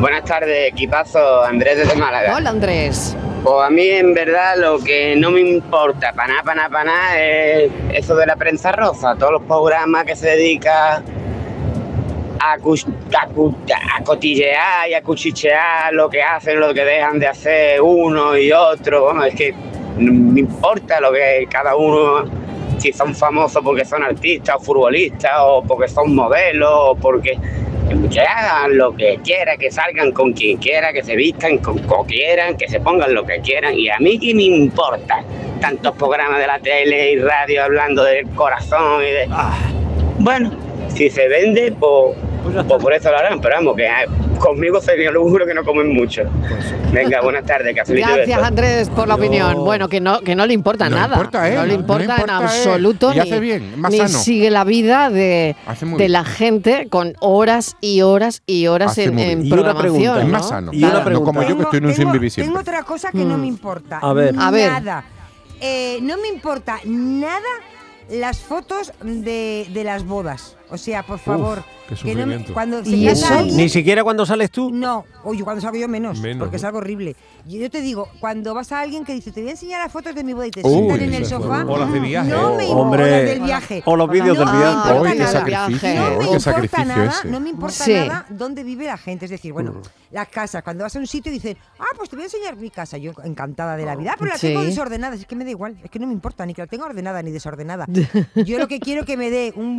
Speaker 18: Buenas tardes, equipazo. Andrés desde Málaga.
Speaker 1: Hola Andrés.
Speaker 18: Pues a mí, en verdad, lo que no me importa, para nada, para nada, para nada, es eso de la prensa rosa. Todos los programas que se dedica a, cus- a cu- a cotillear y a cuchichear lo que hacen, lo que dejan de hacer uno y otro. Bueno, es que no me importa lo que cada uno, si son famosos porque son artistas o futbolistas o porque son modelos o porque... Que hagan lo que quieran, que salgan con quien quiera, que se vistan con como quieran, que se pongan lo que quieran. Y a mí que me importa tantos programas de la tele y radio hablando del corazón y de... Bueno, si se vende, pues, pues por eso lo harán. Pero vamos, que ah, conmigo se yo lo juro que no comen mucho. Venga, buenas tardes,
Speaker 1: [LAUGHS]
Speaker 18: cafelito y
Speaker 1: Gracias
Speaker 18: besos.
Speaker 1: Andrés por la opinión. Bueno, que no, que no le importa
Speaker 18: No
Speaker 1: nada.
Speaker 18: importa, ¿eh?
Speaker 1: No le
Speaker 18: No
Speaker 1: importa,
Speaker 18: importa,
Speaker 1: en
Speaker 18: ¿eh?
Speaker 1: absoluto.
Speaker 18: Y hace bien, más
Speaker 1: ni
Speaker 18: sano.
Speaker 1: sigue la vida de,
Speaker 18: Hace muy
Speaker 1: de
Speaker 18: bien.
Speaker 1: la gente con horas y horas y horas
Speaker 4: Hace
Speaker 1: en,
Speaker 4: muy bien.
Speaker 1: en
Speaker 4: Y
Speaker 1: programación.
Speaker 4: una pregunta, es más
Speaker 1: ¿no?
Speaker 4: sano.
Speaker 1: Claro.
Speaker 4: No como yo que estoy en un sin vivir
Speaker 8: Tengo
Speaker 4: siempre.
Speaker 8: otra cosa que no
Speaker 4: Mm.
Speaker 8: me importa.
Speaker 4: A ver.
Speaker 1: A ver.
Speaker 8: Nada. Eh, no me importa nada las fotos de, de las bodas. O sea, por favor.
Speaker 3: qué
Speaker 8: que no me-
Speaker 3: sufrimiento.
Speaker 8: cuando se casa alguien-
Speaker 3: Ni siquiera cuando sales tú.
Speaker 8: No, oye, cuando salgo yo menos,
Speaker 3: Menos,
Speaker 8: porque es
Speaker 3: ¿no?
Speaker 8: algo horrible. Yo, yo te digo, cuando vas a alguien que dice, te voy a enseñar las fotos de mi boda y te
Speaker 3: Uy,
Speaker 8: sientan en el
Speaker 3: eso es
Speaker 8: sofá,
Speaker 3: bueno. O las de viaje.
Speaker 8: no me importa,
Speaker 3: Hombre.
Speaker 8: o las del viaje.
Speaker 3: O los vídeos
Speaker 8: no
Speaker 3: del
Speaker 8: me
Speaker 3: viaje.
Speaker 8: importa
Speaker 3: Hoy, qué
Speaker 8: nada. No
Speaker 3: sacrificio,
Speaker 8: me
Speaker 3: hoy, qué
Speaker 8: importa
Speaker 3: sacrificio
Speaker 8: nada,
Speaker 3: ese.
Speaker 8: No me importa
Speaker 1: Sí. Mm.
Speaker 8: nada dónde vive la gente. Es decir, bueno, las casas, cuando vas a un sitio y dices, ah, pues te voy a enseñar mi casa. Yo encantada de la vida, "Ah, pero la tengo
Speaker 1: Sí.
Speaker 8: desordenada. Es que me da igual, es que no me importa ni que la tenga ordenada ni desordenada.
Speaker 1: [LAUGHS]
Speaker 8: Yo lo que quiero que me dé un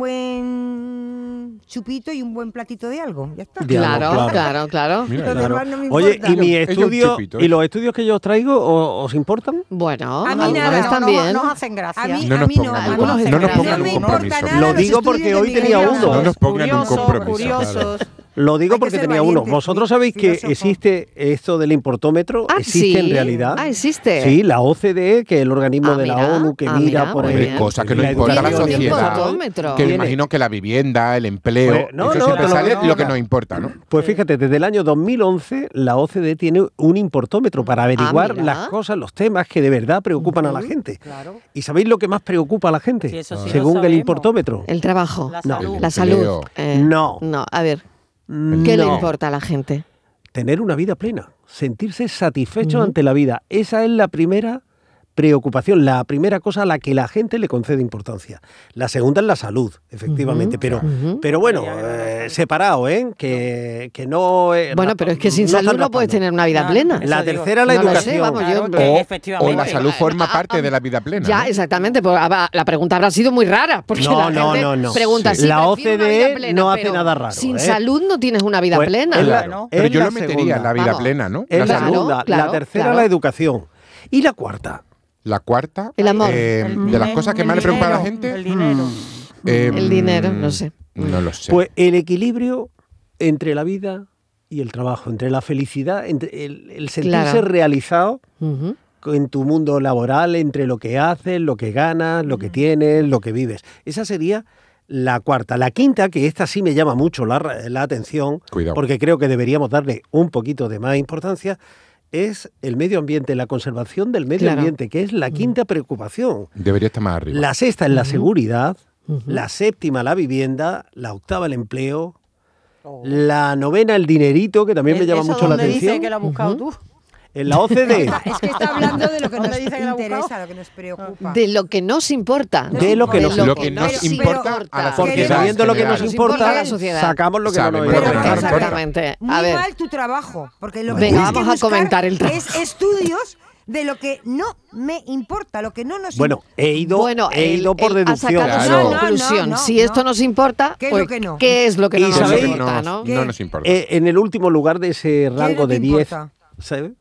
Speaker 8: buen chupito y un buen platito de algo. Ya está.
Speaker 1: Claro, claro, claro.
Speaker 8: Lo demás no me
Speaker 3: Oye,
Speaker 8: importa.
Speaker 3: ¿y mi
Speaker 8: Ella un
Speaker 3: estudio
Speaker 8: chupito,
Speaker 3: y
Speaker 8: ¿eh?
Speaker 3: los estudios que yo os traigo o- os importan?
Speaker 1: Bueno,
Speaker 8: A mí nada, no,
Speaker 1: también.
Speaker 8: no nos hacen gracia. A mí,
Speaker 4: No
Speaker 8: a
Speaker 4: nos
Speaker 8: mí no,
Speaker 4: pongan
Speaker 8: a mí
Speaker 4: ningún-
Speaker 8: hacen
Speaker 4: no nos
Speaker 8: gracia.
Speaker 4: pongan
Speaker 8: me
Speaker 4: ningún
Speaker 8: importa
Speaker 4: compromiso.
Speaker 8: nada
Speaker 3: Lo
Speaker 8: los
Speaker 3: digo porque
Speaker 8: estudios
Speaker 3: hoy
Speaker 8: de
Speaker 3: tenía
Speaker 8: Miguel
Speaker 3: uno.
Speaker 4: No nos pongan un
Speaker 8: Curioso,
Speaker 4: compromiso.
Speaker 8: curiosos.
Speaker 4: claro.
Speaker 3: Lo digo
Speaker 1: Hay que
Speaker 3: porque
Speaker 1: ser
Speaker 3: tenía
Speaker 1: valiente,
Speaker 3: uno. Vosotros sabéis que
Speaker 1: filósofo.
Speaker 3: existe esto del importómetro,
Speaker 1: Ah,
Speaker 3: existe en
Speaker 1: sí.
Speaker 3: realidad.
Speaker 1: Ah, existe.
Speaker 3: Sí, la OCDE, que es el organismo de la ONU que
Speaker 1: ah,
Speaker 3: mira
Speaker 1: mira,
Speaker 3: por
Speaker 1: muy
Speaker 3: el-
Speaker 4: Hombre, cosas que no
Speaker 3: la
Speaker 4: importa a la
Speaker 3: educación y el
Speaker 4: sociedad.
Speaker 3: control.
Speaker 4: Que me
Speaker 3: Tiene.
Speaker 4: imagino que la vivienda, el empleo,
Speaker 3: Pues, no,
Speaker 4: eso
Speaker 3: no,
Speaker 4: siempre
Speaker 3: no,
Speaker 4: sale
Speaker 3: no,
Speaker 4: lo que
Speaker 3: no.
Speaker 4: nos importa, ¿no?
Speaker 3: Pues fíjate, desde el año 2011 la OCDE tiene un importómetro
Speaker 1: Ah,
Speaker 3: para averiguar
Speaker 4: mira.
Speaker 3: las cosas, los temas que de verdad preocupan a la gente. ¿Y sabéis lo que más preocupa a la gente?
Speaker 1: eso sí lo
Speaker 3: según el
Speaker 1: sabemos.
Speaker 3: importómetro.
Speaker 1: El trabajo.
Speaker 3: La
Speaker 1: No.
Speaker 3: salud.
Speaker 1: La
Speaker 3: Creo.
Speaker 1: salud. eh,
Speaker 3: No.
Speaker 1: No, a ver. ¿Qué le
Speaker 3: No.
Speaker 1: importa a la gente?
Speaker 3: Tener una vida plena, sentirse satisfecho
Speaker 1: Ujú.
Speaker 3: ante la vida. Esa es la primera preocupación, la primera cosa a la que la gente le concede importancia. La segunda es la salud, efectivamente.
Speaker 1: Ujú.
Speaker 3: pero,
Speaker 1: Ujú.
Speaker 3: pero bueno, eh, separado, ¿eh? Que, que no... eh,
Speaker 1: Bueno,
Speaker 3: rapa-
Speaker 1: pero es que sin
Speaker 3: no
Speaker 1: salud
Speaker 3: están
Speaker 1: no puedes
Speaker 3: rapando.
Speaker 1: tener una vida
Speaker 3: No,
Speaker 1: plena.
Speaker 3: La tercera, la
Speaker 1: No lo sé,
Speaker 3: educación.
Speaker 1: vamos, yo-
Speaker 4: o, o la salud forma parte de la vida plena.
Speaker 1: Ya, exactamente. pues, habrá- la pregunta habrá sido muy rara. Porque
Speaker 4: No,
Speaker 1: la
Speaker 4: no,
Speaker 1: gente
Speaker 4: no, no.
Speaker 1: Pregunta,
Speaker 4: Sí.
Speaker 1: sí,
Speaker 4: La
Speaker 1: prefiero una vida
Speaker 4: OCDE
Speaker 1: plena,
Speaker 4: no hace
Speaker 1: pero
Speaker 4: nada raro,
Speaker 1: Sin
Speaker 4: ¿eh?
Speaker 1: salud no tienes una vida
Speaker 3: Pues,
Speaker 1: plena.
Speaker 3: es la-
Speaker 4: Claro.
Speaker 3: es
Speaker 4: Pero yo
Speaker 3: la
Speaker 4: lo metería en
Speaker 3: segunda.
Speaker 4: la vida plena, ¿no?
Speaker 3: Es
Speaker 4: La
Speaker 3: la
Speaker 4: salud.
Speaker 3: segunda.
Speaker 4: Claro,
Speaker 3: la tercera,
Speaker 4: claro.
Speaker 3: la educación. ¿Y la cuarta?
Speaker 4: La cuarta,
Speaker 1: El amor.
Speaker 4: eh,
Speaker 1: El
Speaker 4: de las cosas que más le preocupan a la gente,
Speaker 1: El dinero.
Speaker 4: eh, mm,
Speaker 1: El dinero, no sé.
Speaker 4: no lo sé.
Speaker 3: Pues el equilibrio entre la vida y el trabajo, entre la felicidad, entre el, el sentirse
Speaker 1: Claro.
Speaker 3: realizado en tu mundo laboral, entre lo que haces, lo que ganas, lo que tienes, lo que vives. Esa sería la cuarta. La quinta, que esta sí me llama mucho la, ra- la atención,
Speaker 4: Cuidado.
Speaker 3: porque creo que deberíamos darle un poquito de más importancia, es el medio ambiente, la conservación del medio
Speaker 4: Claro.
Speaker 3: ambiente, que es la quinta preocupación.
Speaker 4: Debería estar más arriba.
Speaker 3: La sexta es la seguridad, la séptima la vivienda, la octava el empleo, la novena el dinerito, que también me llama
Speaker 6: Oh. ¿Eso
Speaker 3: mucho la
Speaker 6: dónde
Speaker 3: atención.
Speaker 6: dice que lo has buscado tú?
Speaker 3: En
Speaker 6: [LAUGHS]
Speaker 3: la OCDE,
Speaker 8: Es que está [LAUGHS] hablando de lo que nos
Speaker 6: dice que la ha
Speaker 8: interesa, lo que nos preocupa.
Speaker 1: De lo que nos importa.
Speaker 3: de lo que nos,
Speaker 4: Lo que nos importa a la
Speaker 3: Porque
Speaker 4: sociedad
Speaker 3: sabiendo lo que
Speaker 4: general.
Speaker 3: nos importa,
Speaker 1: a la sociedad.
Speaker 3: sacamos lo que no nos
Speaker 4: Sabemos lo que
Speaker 3: importa.
Speaker 4: nos importa.
Speaker 1: Exactamente. Eh, A
Speaker 8: Muy
Speaker 1: ver.
Speaker 8: mal tu trabajo, porque lo que
Speaker 1: Venga,
Speaker 8: tienes que
Speaker 1: vamos a
Speaker 8: buscar
Speaker 1: comentar el trabajo.
Speaker 8: es estudios de lo que no me importa, lo que no nos
Speaker 3: Bueno, he ido,
Speaker 1: Bueno,
Speaker 3: he
Speaker 1: él-
Speaker 3: ido por
Speaker 1: él ha
Speaker 3: deducción.
Speaker 1: sacado su
Speaker 8: Claro.
Speaker 1: conclusión.
Speaker 8: No, no, no,
Speaker 1: si
Speaker 8: no.
Speaker 1: esto nos importa,
Speaker 8: ¿Qué es
Speaker 1: pues,
Speaker 8: lo que no?
Speaker 1: ¿qué es lo que
Speaker 3: Y
Speaker 1: no nos
Speaker 3: sabéis-
Speaker 1: importa?
Speaker 4: no,
Speaker 1: ¿no?
Speaker 4: no nos importa.
Speaker 3: Eh, en el último lugar de ese
Speaker 8: es lo
Speaker 3: rango
Speaker 8: que
Speaker 3: de 10,
Speaker 8: importa?
Speaker 3: ¿sabes?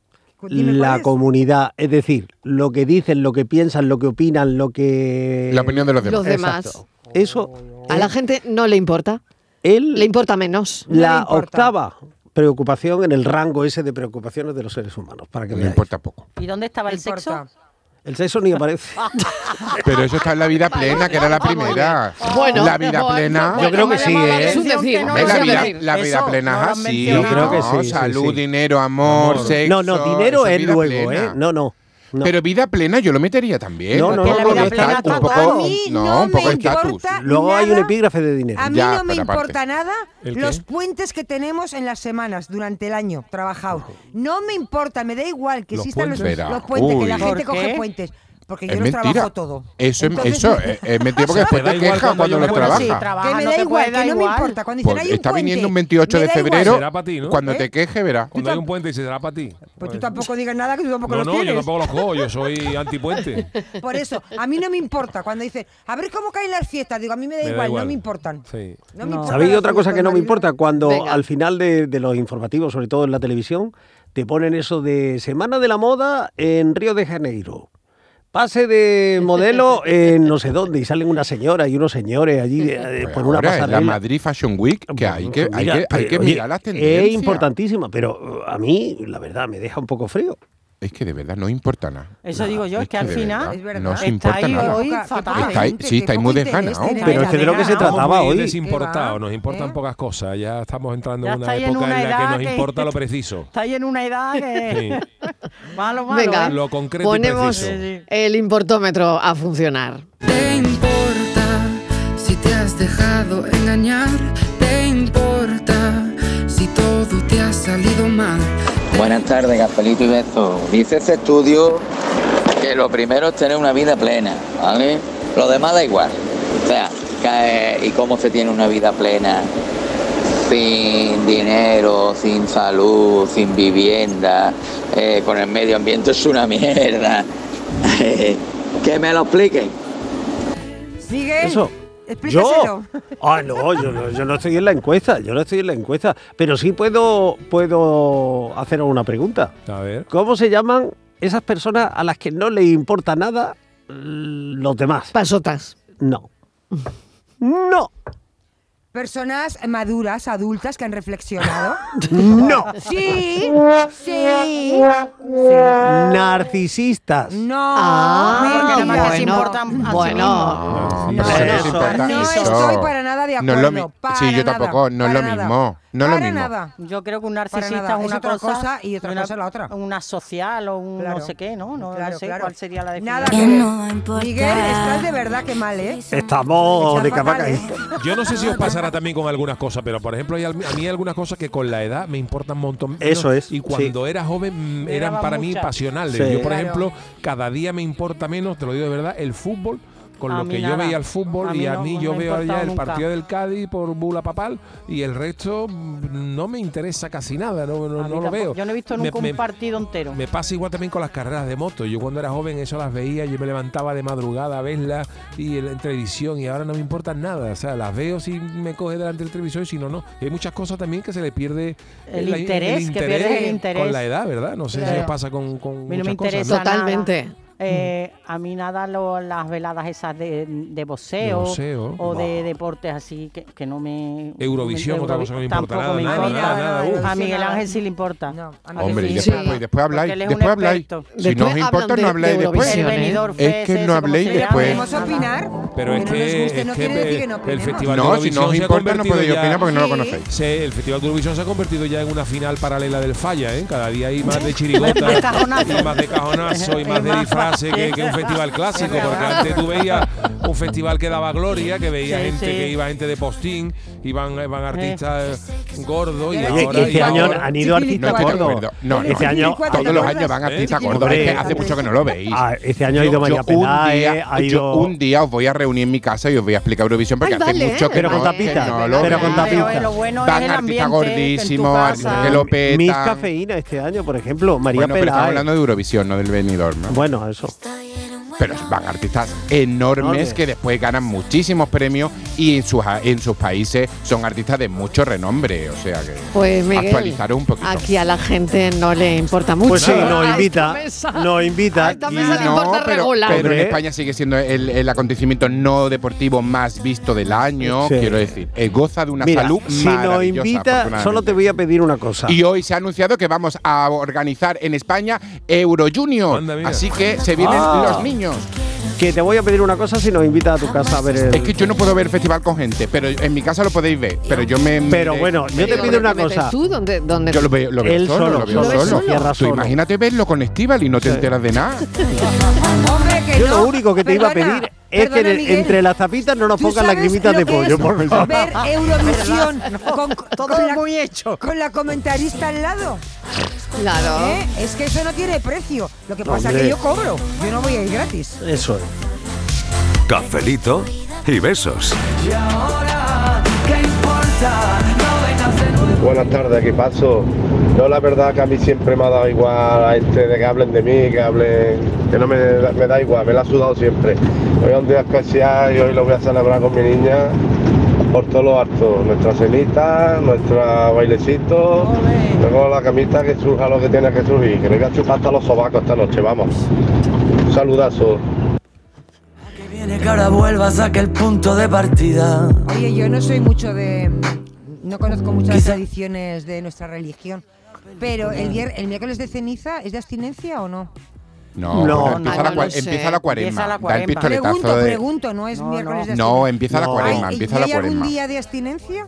Speaker 4: Pues
Speaker 8: dime cuál
Speaker 3: La
Speaker 8: es.
Speaker 3: comunidad, es decir, lo que dicen, lo que piensan, lo que opinan, lo que...
Speaker 4: La opinión de los demás.
Speaker 1: Los demás.
Speaker 3: Exacto. Eso,
Speaker 1: A la gente no le importa.
Speaker 3: él...
Speaker 1: Le importa menos.
Speaker 3: la octava preocupación en el rango ese de preocupaciones de los seres humanos, para que me importa
Speaker 4: poco.
Speaker 6: ¿Y dónde estaba el sexo? Ah,
Speaker 3: El sexo ni aparece.
Speaker 4: Pero eso está en la vida plena, que era la primera.
Speaker 6: Bueno,
Speaker 4: la vida
Speaker 6: bueno,
Speaker 4: plena.
Speaker 6: bueno, Yo creo que me sí, llamaba la ¿eh? atención que no
Speaker 4: Hombre,
Speaker 6: lo
Speaker 4: la vida,
Speaker 6: sé decir.
Speaker 4: la vida
Speaker 6: Eso, no
Speaker 4: plena
Speaker 6: lo
Speaker 4: es
Speaker 6: han
Speaker 4: así.
Speaker 6: mencionado. Yo creo
Speaker 3: que sí, sí,
Speaker 4: Salud,
Speaker 3: sí.
Speaker 4: dinero, amor,
Speaker 3: Amor.
Speaker 4: sexo.
Speaker 3: No, no, dinero
Speaker 4: eso
Speaker 3: es
Speaker 4: vida
Speaker 3: luego, ¿eh? No, no.
Speaker 4: Pero vida plena yo lo metería también.
Speaker 3: No, no,
Speaker 4: un
Speaker 3: no,
Speaker 4: poco
Speaker 3: no,
Speaker 4: de
Speaker 3: no,
Speaker 4: estatus, un
Speaker 3: no,
Speaker 4: poco-
Speaker 3: a mí
Speaker 4: no,
Speaker 8: no
Speaker 4: un poco
Speaker 8: me
Speaker 4: de estatus.
Speaker 8: importa
Speaker 3: Luego hay un
Speaker 8: nada.
Speaker 3: epígrafe de dinero.
Speaker 8: A mí no me importa nada
Speaker 3: ¿El
Speaker 8: los
Speaker 3: qué?
Speaker 8: puentes que tenemos en las semanas durante el año trabajados. No me importa, me da igual que
Speaker 4: Los
Speaker 8: existan los,
Speaker 4: puentes.
Speaker 8: los puentes, que la
Speaker 4: Uy.
Speaker 8: gente
Speaker 6: ¿Por
Speaker 8: coge
Speaker 6: qué?
Speaker 8: puentes. Porque
Speaker 4: Es
Speaker 8: yo los
Speaker 4: mentira.
Speaker 8: trabajo todo.
Speaker 4: Eso, es-
Speaker 8: Entonces-
Speaker 4: eso es, es mentira porque después
Speaker 5: da
Speaker 4: te
Speaker 5: igual
Speaker 4: quejas
Speaker 5: cuando
Speaker 4: cuando,
Speaker 5: yo
Speaker 4: los
Speaker 5: me pongo-
Speaker 4: trabajas.
Speaker 5: Sí,
Speaker 8: Que me
Speaker 6: no
Speaker 8: da
Speaker 6: te
Speaker 8: igual,
Speaker 6: puede dar
Speaker 8: que no me
Speaker 6: igual.
Speaker 8: importa. Cuando dicen
Speaker 4: Pues
Speaker 8: hay un
Speaker 4: está
Speaker 8: puente,
Speaker 4: viniendo un 28
Speaker 8: me
Speaker 4: de
Speaker 8: da igual.
Speaker 4: febrero.
Speaker 5: Será para ti, ¿no?
Speaker 4: Cuando
Speaker 5: ¿Eh?
Speaker 4: te quejes, verás.
Speaker 5: Cuando hay un puente y se dará para ti.
Speaker 8: Pues tú tampoco digas nada que tú tampoco
Speaker 5: No,
Speaker 8: los
Speaker 5: no,
Speaker 8: tienes.
Speaker 5: yo
Speaker 8: [LAUGHS]
Speaker 5: tampoco los cojo,
Speaker 6: [LAUGHS]
Speaker 5: yo soy antipuente.
Speaker 8: Por eso, a mí no me importa cuando dicen, a ver cómo caen las fiestas. Digo, a mí me da, igual, no me importan.
Speaker 5: Sí.
Speaker 8: No me importa
Speaker 3: ¿Sabéis
Speaker 8: las
Speaker 3: otra cosa
Speaker 8: fiestas,
Speaker 3: que no me
Speaker 8: Marilo?
Speaker 3: importa? Cuando
Speaker 8: Venga.
Speaker 3: al final de, de los informativos, sobre todo en la televisión, te ponen eso de Semana de la Moda en Río de Janeiro. Pase de modelo en no sé dónde y salen una señora y unos señores allí eh, por una
Speaker 4: Ahora, en la
Speaker 3: pasarela.
Speaker 4: Madrid Fashion Week, que hay que, hay
Speaker 3: Mira, eh,
Speaker 4: que, hay que
Speaker 3: oye,
Speaker 4: mirar las tendencias.
Speaker 3: Es importantísima, pero eh, a mí, la verdad, me deja un poco frío.
Speaker 4: Es que de verdad no importa nada.
Speaker 6: Eso digo yo, es que al
Speaker 4: de
Speaker 6: final
Speaker 4: verdad, no os
Speaker 6: está
Speaker 4: importa
Speaker 6: ahí
Speaker 4: nada.
Speaker 6: hoy
Speaker 4: Poca-
Speaker 6: fatal.
Speaker 4: Está ahí- sí, estáis muy
Speaker 6: Este
Speaker 4: desganados.
Speaker 5: Pero
Speaker 3: es que de lo que se
Speaker 5: Estamos
Speaker 3: trataba
Speaker 5: muy
Speaker 3: hoy.
Speaker 5: Desimportados, nos importan pocas cosas. Ya estamos entrando
Speaker 6: ¿eh? Ya
Speaker 5: en una
Speaker 6: estáis en
Speaker 5: época en,
Speaker 6: una
Speaker 5: la que
Speaker 6: edad
Speaker 5: nos
Speaker 6: que-
Speaker 5: importa lo preciso.
Speaker 6: Está ahí en una edad
Speaker 3: [LAUGHS]
Speaker 6: que. malo, malo.
Speaker 1: Venga,
Speaker 6: ¿eh?
Speaker 5: Lo concreto
Speaker 1: ponemos
Speaker 5: y preciso.
Speaker 1: el importómetro a funcionar.
Speaker 19: ¿Te importa si te has dejado engañar? ¿Te importa si todo te ha salido mal?
Speaker 20: Buenas tardes, Cafelito y Beto. Dice ese estudio que lo primero es tener una vida plena, ¿vale? Lo demás da igual. O sea, que, eh, ¿y cómo se tiene una vida plena? Sin dinero, sin salud, sin vivienda, eh, con el medio ambiente es una mierda. [LAUGHS] que me lo expliquen.
Speaker 8: Miguel,
Speaker 3: Eso.
Speaker 8: explícaselo.
Speaker 3: [LAUGHS] Ah, no yo, no, yo no estoy en la encuesta, yo no estoy en la encuesta, pero sí puedo, puedo hacer una pregunta.
Speaker 5: A ver.
Speaker 3: ¿Cómo se llaman esas personas a las que no les importa nada mm, los demás?
Speaker 1: Pasotas.
Speaker 3: No. No.
Speaker 8: Personas maduras, adultas que han reflexionado.
Speaker 3: [LAUGHS] No.
Speaker 8: Sí, sí. sí.
Speaker 3: Narcisistas.
Speaker 8: No.
Speaker 1: Ah,
Speaker 8: mentira.
Speaker 1: bueno, bueno.
Speaker 4: No,
Speaker 3: Hombre,
Speaker 4: no,
Speaker 3: eso.
Speaker 4: importante.
Speaker 8: No
Speaker 4: Pues Eso.
Speaker 8: estoy para nada de
Speaker 4: No es lo
Speaker 8: acuerdo,
Speaker 4: mi-
Speaker 8: para
Speaker 4: sí, yo tampoco. No es lo
Speaker 8: para nada,
Speaker 4: mismo. No es lo
Speaker 8: Para
Speaker 4: mismo.
Speaker 8: nada.
Speaker 6: Yo creo que un
Speaker 8: Para
Speaker 6: narcisista
Speaker 8: nada,
Speaker 6: es
Speaker 8: es
Speaker 6: una
Speaker 8: otra cosa y otra
Speaker 6: una,
Speaker 8: cosa es la otra.
Speaker 6: Una social o un
Speaker 8: Claro.
Speaker 6: no sé qué, ¿no? No, no
Speaker 8: Claro,
Speaker 6: sé
Speaker 8: claro.
Speaker 6: cuál sería la definición.
Speaker 8: Nada que ver. Miguel, estás de verdad que mal, ¿eh?
Speaker 3: Estamos Este de capa
Speaker 8: fatal, ¿eh?
Speaker 3: caída.
Speaker 5: Yo no sé si os pasará también con algunas cosas, pero por ejemplo, hay al- a mí hay algunas cosas que con la edad me importan un montón. menos,
Speaker 3: Eso es,
Speaker 5: Y cuando era joven mm,
Speaker 3: Me
Speaker 5: eran
Speaker 3: daba
Speaker 5: para mí
Speaker 3: mucha.
Speaker 5: pasionales.
Speaker 3: Sí.
Speaker 5: Yo, por
Speaker 3: Claro.
Speaker 5: ejemplo, cada día me importa menos, te lo digo de verdad, el fútbol. Con
Speaker 3: A
Speaker 5: lo
Speaker 3: mí
Speaker 5: que yo
Speaker 3: nada.
Speaker 5: veía el
Speaker 3: A
Speaker 5: fútbol
Speaker 3: mí
Speaker 5: y a
Speaker 3: no,
Speaker 5: mí
Speaker 3: no
Speaker 5: yo
Speaker 3: me ha
Speaker 5: veo
Speaker 3: importado
Speaker 5: ya el
Speaker 3: nunca.
Speaker 5: partido del Cádiz por bula papal y el resto mm, no me interesa casi nada, no, no-
Speaker 6: A mí
Speaker 5: no lo
Speaker 6: tampoco.
Speaker 5: veo.
Speaker 6: Yo no he visto
Speaker 5: Me-
Speaker 6: nunca
Speaker 5: me-
Speaker 6: un partido entero.
Speaker 5: me pasa igual también con las carreras de moto. Yo cuando era joven eso las veía, yo me levantaba de madrugada a verlas y en, en televisión y ahora no me importan nada. O sea, las veo si me coge delante del televisor y si no, no. Y hay muchas cosas también que se le pierde
Speaker 6: El
Speaker 5: la-
Speaker 6: interés, que pierdes el interés.
Speaker 5: Con la edad, ¿verdad? No sé si
Speaker 6: Claro.
Speaker 5: os pasa con, con
Speaker 6: A mí no me
Speaker 5: muchas cosas,
Speaker 6: interesa
Speaker 5: ¿no?
Speaker 6: nada. Eh, a mí nada lo- las veladas esas de, de boxeo,
Speaker 5: De boxeo.
Speaker 6: o de deportes así que, que no me...
Speaker 5: Eurovisión, otra cosa que no me importa
Speaker 6: tampoco
Speaker 5: nada, nada, nada, uh. nada,
Speaker 6: A
Speaker 5: uf.
Speaker 6: Miguel Ángel sí le importa.
Speaker 4: Hombre, y después, y después habláis. Después habláis. Si no os importa, no habláis después. Es que no habléis después.
Speaker 8: ¿Podemos opinar?
Speaker 5: Pero es que,
Speaker 8: guste,
Speaker 5: es
Speaker 8: no
Speaker 5: que
Speaker 8: quiere decir
Speaker 5: eh,
Speaker 8: que no
Speaker 5: el
Speaker 8: opinemos.
Speaker 5: Festival
Speaker 4: No,
Speaker 5: de
Speaker 4: si
Speaker 5: Eurovisión
Speaker 4: no os
Speaker 5: se ha
Speaker 4: importa, no
Speaker 5: convertido
Speaker 4: podéis
Speaker 5: ya-
Speaker 4: opinar porque no lo Sí. conocéis.
Speaker 5: Se- el Festival de Eurovisión se ha convertido ya en una final paralela del Falla, ¿eh? Cada día hay más de chirigota,
Speaker 4: De cajonazo.
Speaker 5: y más de cajonazo y más de disfraces que, que un festival clásico. Porque antes tú veías un festival que daba gloria, que veía
Speaker 4: Sí,
Speaker 5: gente
Speaker 4: sí.
Speaker 5: que iba gente de postín, iban, iban artistas eh, gordos y
Speaker 3: Oye,
Speaker 5: ahora...
Speaker 3: que este
Speaker 5: y
Speaker 3: año
Speaker 5: ahora-
Speaker 3: han ido artistas
Speaker 4: no, estoy de
Speaker 3: gordos.
Speaker 4: acuerdo. No, no,
Speaker 3: Este año-
Speaker 4: todos los años van artistas
Speaker 3: ¿Eh?
Speaker 4: gordos.
Speaker 3: Hombre.
Speaker 4: Es que hace mucho que no lo veis.
Speaker 3: Ah, este año ha ido María
Speaker 4: un
Speaker 3: Peláez,
Speaker 4: día-
Speaker 3: ha
Speaker 4: yo
Speaker 3: ido-
Speaker 4: un día os voy a reunir en mi casa y os voy a explicar Eurovisión porque
Speaker 3: Ay,
Speaker 4: hace
Speaker 3: vale,
Speaker 4: mucho que
Speaker 3: pero
Speaker 4: no,
Speaker 3: con tapita,
Speaker 4: que no lo
Speaker 3: pero
Speaker 4: veis.
Speaker 3: con tapita. Pero eh, lo bueno
Speaker 4: Van
Speaker 3: es el
Speaker 4: artistas
Speaker 3: ambiente, que en tu
Speaker 4: gordísimos, artistas que lo petan.
Speaker 3: Miss Cafeína este año, por ejemplo, María
Speaker 4: bueno, pero estamos
Speaker 3: Peláez.
Speaker 4: hablando de Eurovisión, no del Benidorm, ¿no?
Speaker 3: Bueno, eso.
Speaker 4: Pero van artistas enormes
Speaker 3: Enormes.
Speaker 4: que después ganan muchísimos premios y en sus, en sus países son artistas de mucho renombre. O sea que
Speaker 1: Pues Miguel,
Speaker 4: actualizar un poquito.
Speaker 1: Aquí a la gente no le importa mucho. Ah,
Speaker 4: Pues sí,
Speaker 3: Ah,
Speaker 4: no,
Speaker 1: A
Speaker 4: invita,
Speaker 1: esta mesa.
Speaker 3: No invita.
Speaker 1: esta mesa le importa
Speaker 4: pero,
Speaker 1: regular.
Speaker 4: pero en
Speaker 3: Hombre.
Speaker 4: España sigue siendo el, el acontecimiento no deportivo más visto del año.
Speaker 3: Sí.
Speaker 4: Quiero decir, eh, goza de una
Speaker 3: Mira,
Speaker 4: salud
Speaker 3: si nos
Speaker 4: maravillosa.
Speaker 3: invita,
Speaker 4: afortunadamente.
Speaker 3: solo te voy a pedir una cosa.
Speaker 4: Y hoy se ha anunciado que vamos a organizar en España Euro Junior. Así que se vienen
Speaker 3: Ah.
Speaker 4: los niños.
Speaker 3: Que te voy a pedir una cosa si nos invita a tu casa a ver el.
Speaker 4: Es que yo no puedo ver festival con gente, pero en mi casa lo podéis ver. Pero yo me.
Speaker 3: Pero
Speaker 4: me-
Speaker 3: bueno, yo
Speaker 4: me-
Speaker 3: te pido una
Speaker 1: ¿Dónde
Speaker 3: cosa.
Speaker 1: metes tú? ¿Dónde- dónde-
Speaker 4: Yo lo veo, lo veo
Speaker 3: Él
Speaker 4: solo,
Speaker 3: solo,
Speaker 4: lo veo
Speaker 3: solo,
Speaker 4: solo.
Speaker 3: solo. Cierra
Speaker 4: Tú
Speaker 3: solo.
Speaker 4: imagínate verlo con Estival y no te enteras de nada.
Speaker 8: Hombre, ¿eh? que
Speaker 3: Yo
Speaker 8: no.
Speaker 3: lo único que te iba a
Speaker 8: Perdona,
Speaker 3: pedir es que
Speaker 8: perdona,
Speaker 3: en-
Speaker 8: Miguel.
Speaker 3: entre las tapitas no nos
Speaker 8: ¿Tú
Speaker 3: pongan
Speaker 8: sabes
Speaker 3: lagrimitas
Speaker 8: lo
Speaker 3: de
Speaker 8: que
Speaker 3: pollo,
Speaker 8: es
Speaker 3: por favor. [LAUGHS]
Speaker 8: Ver Eurovisión con, todo
Speaker 6: es
Speaker 8: muy hecho. Con la comentarista al lado.
Speaker 1: Claro.
Speaker 8: ¿Eh? Es que eso no tiene precio. Lo que pasa es
Speaker 17: Hombre.
Speaker 8: que yo cobro. Yo no voy a ir gratis.
Speaker 3: Eso es.
Speaker 17: Cafelito y besos.
Speaker 11: Buenas tardes, ¿qué paso? Yo la verdad que a mí siempre me ha dado igual a este de que hablen de mí, que hablen, que no me, da- me da igual, me la ha sudado siempre. Hoy es un día especial y hoy lo voy a celebrar con mi niña por todos los actos, nuestra cenita, nuestro bailecito, luego la camita que surja lo que tenga que surgir, que le voy a chupar hasta los sobacos esta noche, vamos. Un saludazo.
Speaker 21: Viene que ahora vuelvas a aquel punto de partida.
Speaker 8: Oye, yo no soy mucho de. mm, No conozco muchas tradiciones de nuestra religión. Pero el, vier- el miércoles de ceniza, ¿es de abstinencia o no?
Speaker 4: No,
Speaker 3: No,
Speaker 4: porque
Speaker 3: no,
Speaker 4: empieza, la,
Speaker 3: no
Speaker 4: cua-
Speaker 3: lo sé.
Speaker 4: empieza la cuaresma.
Speaker 3: Empieza la
Speaker 4: Da el
Speaker 3: cuaresma.
Speaker 4: pistoletazo
Speaker 8: Pregunto,
Speaker 4: de.
Speaker 8: pregunto, no es miércoles de abstinencia.
Speaker 4: No, empieza la cuaresma,
Speaker 8: Ay, ¿y
Speaker 4: empieza la
Speaker 8: ¿Hay algún
Speaker 4: cuaresma.
Speaker 8: día de abstinencia?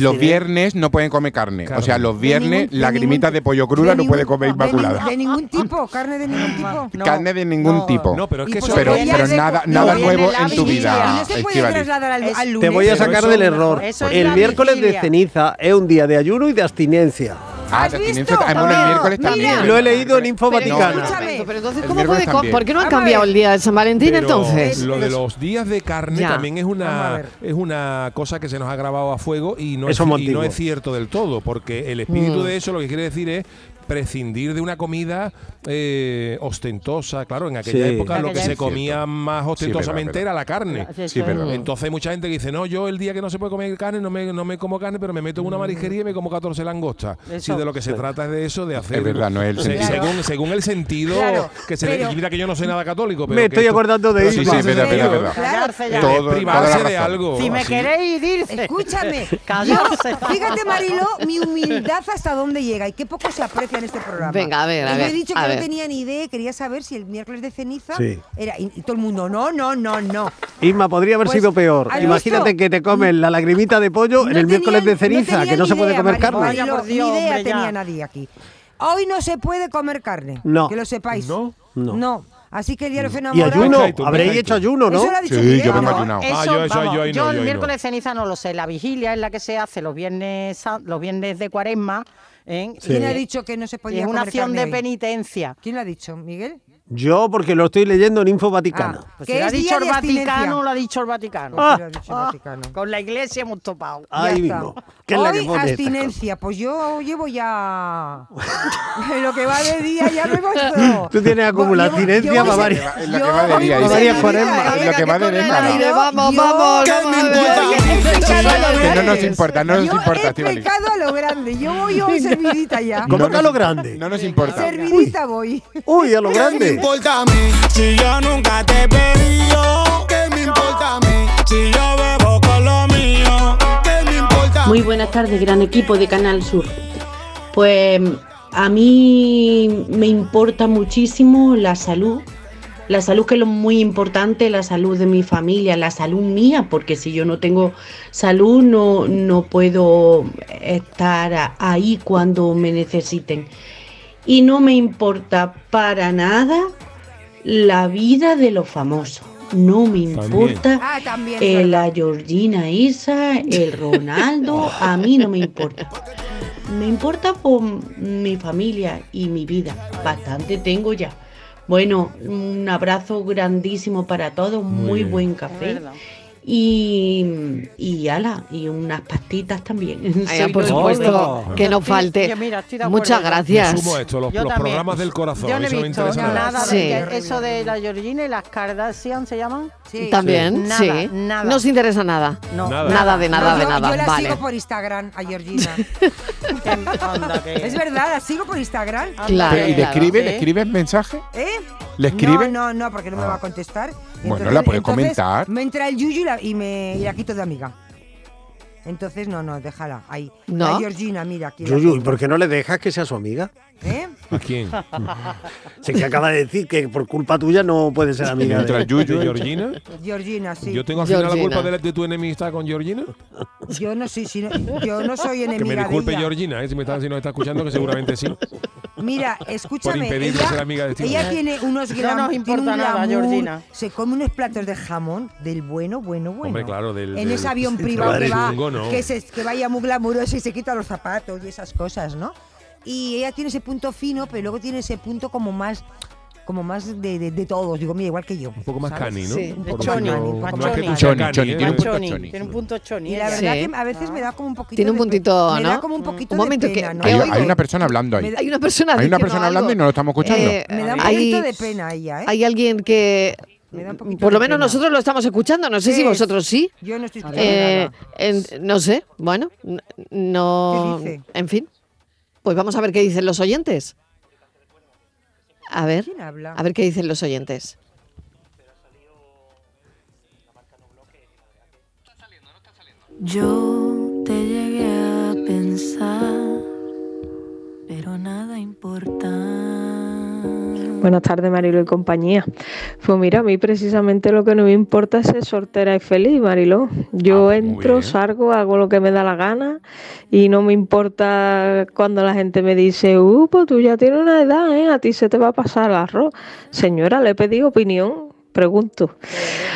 Speaker 4: Los viernes no pueden comer carne. O sea, los viernes lagrimitas de pollo cruda no puede comer inmaculada.
Speaker 8: De ningún tipo, carne de ningún tipo.
Speaker 4: carne de ningún tipo. No, pero
Speaker 5: es que eso-
Speaker 4: pero,
Speaker 5: Viene
Speaker 4: pero
Speaker 5: de-
Speaker 4: nada,
Speaker 5: no,
Speaker 4: nada
Speaker 5: viene
Speaker 4: nuevo
Speaker 5: la
Speaker 4: en tu
Speaker 5: vigilia.
Speaker 4: vida.
Speaker 5: No se puede
Speaker 4: Estivali.
Speaker 8: trasladar al, al
Speaker 3: Te
Speaker 8: lunes.
Speaker 3: voy a sacar del error.
Speaker 8: Eso es
Speaker 3: El
Speaker 8: la
Speaker 3: miércoles de
Speaker 8: vigilia.
Speaker 3: ceniza es un día de ayuno y de abstinencia.
Speaker 4: Ah, de abstinencia. Ah, bueno, el miércoles también.
Speaker 3: Lo he leído en Info Vaticana.
Speaker 1: Pero, pero entonces,
Speaker 4: El
Speaker 1: ¿cómo
Speaker 4: miércoles
Speaker 1: puede co-
Speaker 4: también.
Speaker 1: ¿Por qué no han
Speaker 4: Vamos a
Speaker 1: cambiado el día de San Valentín
Speaker 5: Pero
Speaker 1: entonces?
Speaker 5: Lo de los días de carne
Speaker 1: Ya.
Speaker 5: también es
Speaker 1: Vamos a
Speaker 5: una,
Speaker 1: ver.
Speaker 5: es una cosa que se nos ha grabado a fuego y no,
Speaker 3: Eso
Speaker 5: es, y
Speaker 3: motivo.
Speaker 5: no es cierto del todo, porque el espíritu
Speaker 3: Mm.
Speaker 5: de eso lo que quiere decir es prescindir de una comida eh, ostentosa. Claro, en aquella
Speaker 4: Sí.
Speaker 5: época lo
Speaker 4: Aquella
Speaker 5: que se
Speaker 4: época.
Speaker 5: comía más
Speaker 4: Sí,
Speaker 5: ostentosamente
Speaker 4: verdad,
Speaker 5: era
Speaker 4: verdad.
Speaker 5: la carne.
Speaker 4: Sí, Sí, verdad. verdad.
Speaker 5: Entonces hay mucha gente que dice, no, yo el día que no se puede comer carne, no me, no me como carne, pero me meto
Speaker 4: Mm.
Speaker 5: en una marisquería y me como 14 langostas.
Speaker 4: Eso.
Speaker 5: Si de lo que se trata es de eso, de hacer...
Speaker 4: Es verdad, no es el
Speaker 5: se-
Speaker 4: sentido.
Speaker 5: según, según el sentido
Speaker 4: Claro,
Speaker 5: que se
Speaker 4: pero-
Speaker 5: le... Mira que yo no soy nada católico, pero...
Speaker 3: Me
Speaker 5: que
Speaker 3: estoy
Speaker 5: esto-
Speaker 3: acordando de
Speaker 5: pero
Speaker 3: Isma.
Speaker 5: sí, sí, es
Speaker 3: Sí,
Speaker 5: verdad,
Speaker 3: señor.
Speaker 5: es verdad.
Speaker 8: Callarse
Speaker 5: Eh,
Speaker 8: ya.
Speaker 4: Todo-
Speaker 5: privarse
Speaker 4: toda la
Speaker 5: de
Speaker 4: razón.
Speaker 5: algo.
Speaker 6: Si me
Speaker 5: así.
Speaker 6: queréis irse.
Speaker 8: [LAUGHS] Escúchame.
Speaker 6: Callarse.
Speaker 8: Yo- fíjate, Mariló, mi humildad hasta dónde llega y qué poco se aprecia en este programa.
Speaker 1: Venga, a ver, a
Speaker 8: Y Yo
Speaker 1: ver,
Speaker 8: he dicho
Speaker 1: a
Speaker 8: que
Speaker 1: ver.
Speaker 8: no tenía ni idea, y quería saber si el miércoles de ceniza
Speaker 3: Sí.
Speaker 8: era. Y, y todo el mundo, no, no, no, no.
Speaker 3: Isma, podría haber
Speaker 8: Pues,
Speaker 3: sido peor.
Speaker 8: ¿has
Speaker 3: Imagínate
Speaker 8: visto?
Speaker 3: que te comen la lagrimita de pollo en el miércoles de ceniza, que no se puede comer carne.
Speaker 8: No
Speaker 6: por Dios,
Speaker 8: idea
Speaker 6: hombre, ya.
Speaker 8: tenía nadie aquí. Hoy no se puede comer carne.
Speaker 3: No.
Speaker 8: Que lo sepáis.
Speaker 3: No. No. Mm.
Speaker 8: Así que el día de los
Speaker 3: Y
Speaker 8: enamorados.
Speaker 3: ayuno, habréis hecho ayuno, ¿no?
Speaker 8: Eso lo ha dicho Miguel.
Speaker 6: Vamos,
Speaker 5: Ah,
Speaker 6: eso,
Speaker 5: yo- eso-
Speaker 6: vamos,
Speaker 5: yo ahí no, yo ahí
Speaker 6: el
Speaker 5: no.
Speaker 6: miércoles de ceniza no lo sé. La vigilia es la que se hace los viernes, san- los viernes de cuaresma. ¿eh?
Speaker 3: Sí. ¿Quién
Speaker 8: ha dicho que no se podía
Speaker 6: Es una
Speaker 8: comer
Speaker 6: acción
Speaker 8: carne
Speaker 6: de
Speaker 8: hoy?
Speaker 6: penitencia.
Speaker 8: ¿Quién lo ha dicho? ¿Miguel?
Speaker 3: Yo, porque lo estoy leyendo en Info Vaticana.
Speaker 6: Pues
Speaker 8: Que
Speaker 6: si lo ha
Speaker 8: es
Speaker 6: dicho
Speaker 8: día
Speaker 6: el
Speaker 8: de abstinencia.
Speaker 6: Vaticano, lo ha dicho el Vaticano.
Speaker 8: Pues sí, lo ha dicho el
Speaker 6: Ah,
Speaker 8: Vaticano.
Speaker 6: Con la iglesia hemos topado.
Speaker 3: Ahí
Speaker 8: Ya está.
Speaker 3: mismo. Que es la que
Speaker 8: Hoy,
Speaker 3: pone estas
Speaker 8: abstinencia. Pues yo llevo ya. [LAUGHS] lo que va de día ya lo he
Speaker 3: [LAUGHS]
Speaker 8: puesto.
Speaker 3: Tú tienes acumulatinencia para varias.
Speaker 4: Es lo que va de día.
Speaker 3: para varias
Speaker 4: Isabel.
Speaker 3: cuaresmas.
Speaker 4: Es lo que va de década.
Speaker 1: Aire, vamos, vamos. vamos a ver.
Speaker 4: Que no nos importa, no nos importa, Estivali.
Speaker 8: Pecado a lo grande. Yo voy hoy servidita ya.
Speaker 4: No
Speaker 3: ¿Cómo que a
Speaker 4: nos-
Speaker 3: lo grande?
Speaker 4: No nos importa.
Speaker 8: Servidita voy.
Speaker 3: Uy, a lo
Speaker 7: ¿Qué me
Speaker 8: [LAUGHS]
Speaker 3: grande.
Speaker 7: importa a mí si yo nunca te he pedido? ¿Qué me importa a mí si yo bebo con lo mío? ¿Qué me importa a mí?
Speaker 22: Muy buenas tardes, gran equipo de Canal Sur. Pues a mí me importa muchísimo la salud. La salud que es lo muy importante, la salud de mi familia, la salud mía, porque si yo no tengo salud no, no puedo estar a- ahí cuando me necesiten. Y no me importa para nada la vida de los famosos. No me importa
Speaker 8: Ah, también.
Speaker 22: eh,
Speaker 8: ¿verdad?
Speaker 22: la Georgina Isa, el Ronaldo, a mí no me importa. Me importa por mi familia y mi vida. Bastante tengo ya. Bueno, un abrazo grandísimo para todos, muy,
Speaker 5: bien.
Speaker 22: buen
Speaker 6: Es
Speaker 22: café.
Speaker 6: verdad.
Speaker 22: Y, y ala, y unas pastitas también.
Speaker 1: Ay, ah,
Speaker 22: [LAUGHS]
Speaker 1: por
Speaker 22: Soy
Speaker 1: supuesto,
Speaker 22: Loli.
Speaker 1: que no
Speaker 6: Estoy-
Speaker 1: falte.
Speaker 6: yo, mira, estoy de acuerdo.
Speaker 1: Muchas
Speaker 5: Me
Speaker 1: gracias.
Speaker 5: sumo a esto, los,
Speaker 6: Yo
Speaker 5: los
Speaker 6: también.
Speaker 5: programas del corazón.
Speaker 6: Yo no he
Speaker 5: eso me
Speaker 6: visto
Speaker 5: interesa nada.
Speaker 6: nada
Speaker 1: Sí.
Speaker 6: de que- eso de la Georgina y las Kardashian se llaman.
Speaker 8: Sí.
Speaker 1: También,
Speaker 6: Nada,
Speaker 1: sí.
Speaker 6: nada.
Speaker 1: No os interesa nada.
Speaker 6: No.
Speaker 1: Nada. de nada,
Speaker 8: No,
Speaker 1: de
Speaker 8: yo-
Speaker 1: nada.
Speaker 8: Yo la
Speaker 1: vale.
Speaker 8: sigo por Instagram a
Speaker 1: [LAUGHS]
Speaker 8: Georgina.
Speaker 6: Anda, que-
Speaker 8: es verdad, la sigo por Instagram.
Speaker 1: Claro,
Speaker 4: Pero, ¿Y le
Speaker 1: claro.
Speaker 4: escribe,
Speaker 1: Sí.
Speaker 4: le escribes mensaje?
Speaker 8: ¿Eh?
Speaker 4: ¿Le escribe?
Speaker 8: No, no, no, porque no me
Speaker 4: Ah.
Speaker 8: va a contestar.
Speaker 4: Bueno, la puede comentar.
Speaker 8: Me entra el yuyu y la, y me, y la quito de amiga. Entonces, no, no, déjala. Ahí.
Speaker 1: No.
Speaker 8: La Georgina, mira. Aquí la
Speaker 3: Yuyu, ¿y
Speaker 8: tengo.
Speaker 3: por qué no le dejas que sea su amiga?
Speaker 8: ¿Eh?
Speaker 5: ¿A quién?
Speaker 3: Se que acaba de decir que por culpa tuya no puede ser amiga.
Speaker 5: ¿Entra
Speaker 3: de-
Speaker 5: Yuyu y Georgina?
Speaker 8: Georgina, sí.
Speaker 5: ¿Yo tengo al final la
Speaker 3: Georgina.
Speaker 5: culpa de, la- de tu enemistad con Georgina?
Speaker 8: Yo no, soy, si no- yo no soy
Speaker 5: Que me
Speaker 8: enemiga
Speaker 5: disculpe
Speaker 8: de ella.
Speaker 5: Georgina, eh, si, me está, si nos está escuchando, que seguramente sí. [LAUGHS]
Speaker 8: Mira, escúchame.
Speaker 5: impedirme
Speaker 8: ella,
Speaker 5: ser amiga de ti.
Speaker 8: ella tiene unos
Speaker 6: No
Speaker 8: gran-
Speaker 6: nos
Speaker 8: tiene
Speaker 6: importa
Speaker 8: un
Speaker 6: nada,
Speaker 8: glamour,
Speaker 6: Georgina.
Speaker 8: Se come unos platos de jamón del bueno, bueno, bueno.
Speaker 5: Hombre, claro, del-
Speaker 8: En
Speaker 5: del-
Speaker 8: ese avión
Speaker 5: del
Speaker 8: privado que va,
Speaker 5: chungo, no.
Speaker 8: que, se- que vaya muy glamuroso y se quita los zapatos y esas cosas, ¿no? Y ella tiene ese punto fino, pero luego tiene ese punto como más como más de, de, de todos. Digo, mira, igual que yo.
Speaker 5: Un poco más
Speaker 8: ¿sabes?
Speaker 5: cani, ¿no?
Speaker 6: Sí,
Speaker 5: Por
Speaker 6: de
Speaker 5: lo
Speaker 6: choni,
Speaker 5: menos- no
Speaker 6: más
Speaker 5: es que
Speaker 6: choni.
Speaker 5: tú seas
Speaker 4: Choni,
Speaker 5: cani,
Speaker 4: choni,
Speaker 5: ¿eh?
Speaker 4: tiene un
Speaker 6: Más
Speaker 4: punto
Speaker 6: choni,
Speaker 4: choni.
Speaker 6: Tiene un punto choni.
Speaker 8: Y la
Speaker 6: ella.
Speaker 8: verdad
Speaker 1: Sí.
Speaker 8: que a veces me da como un poquito
Speaker 1: Tiene un
Speaker 8: de pe-
Speaker 1: puntito,
Speaker 8: Me da
Speaker 1: ¿no?
Speaker 8: como un poquito
Speaker 1: Un momento,
Speaker 8: de
Speaker 1: que-
Speaker 8: pena, ¿no?
Speaker 1: que
Speaker 4: Hay,
Speaker 1: oigo-
Speaker 4: hay una persona hablando ahí.
Speaker 8: Me da-
Speaker 1: Hay una persona,
Speaker 4: Hay una
Speaker 1: diciendo
Speaker 4: persona hablando
Speaker 1: algo.
Speaker 4: y no lo estamos escuchando.
Speaker 1: Eh,
Speaker 8: Me da un
Speaker 1: hay-
Speaker 8: poquito de pena ella, ¿eh?
Speaker 1: Hay alguien que. Por lo menos nosotros lo estamos escuchando, no sé si
Speaker 8: Es-
Speaker 1: vosotros sí.
Speaker 8: Yo no estoy escuchando
Speaker 1: Eh,
Speaker 8: nada.
Speaker 1: en- no sé, bueno, n- no.
Speaker 8: ¿Qué dice?
Speaker 1: En fin, pues vamos a ver qué dicen los oyentes. A ver,
Speaker 8: ¿Quién habla?
Speaker 1: a ver qué dicen los oyentes.
Speaker 23: Yo te llegué a pensar, pero nada importa. Buenas tardes, Marilo y compañía. Pues mira, a mí precisamente lo que no me importa es ser soltera y feliz, Marilo. Yo entro, salgo, hago lo que me da la gana y no me importa cuando la gente me dice, uh, pues tú ya tienes una edad, ¿eh? A ti se te va a pasar el arroz. Señora, le he pedido opinión, pregunto.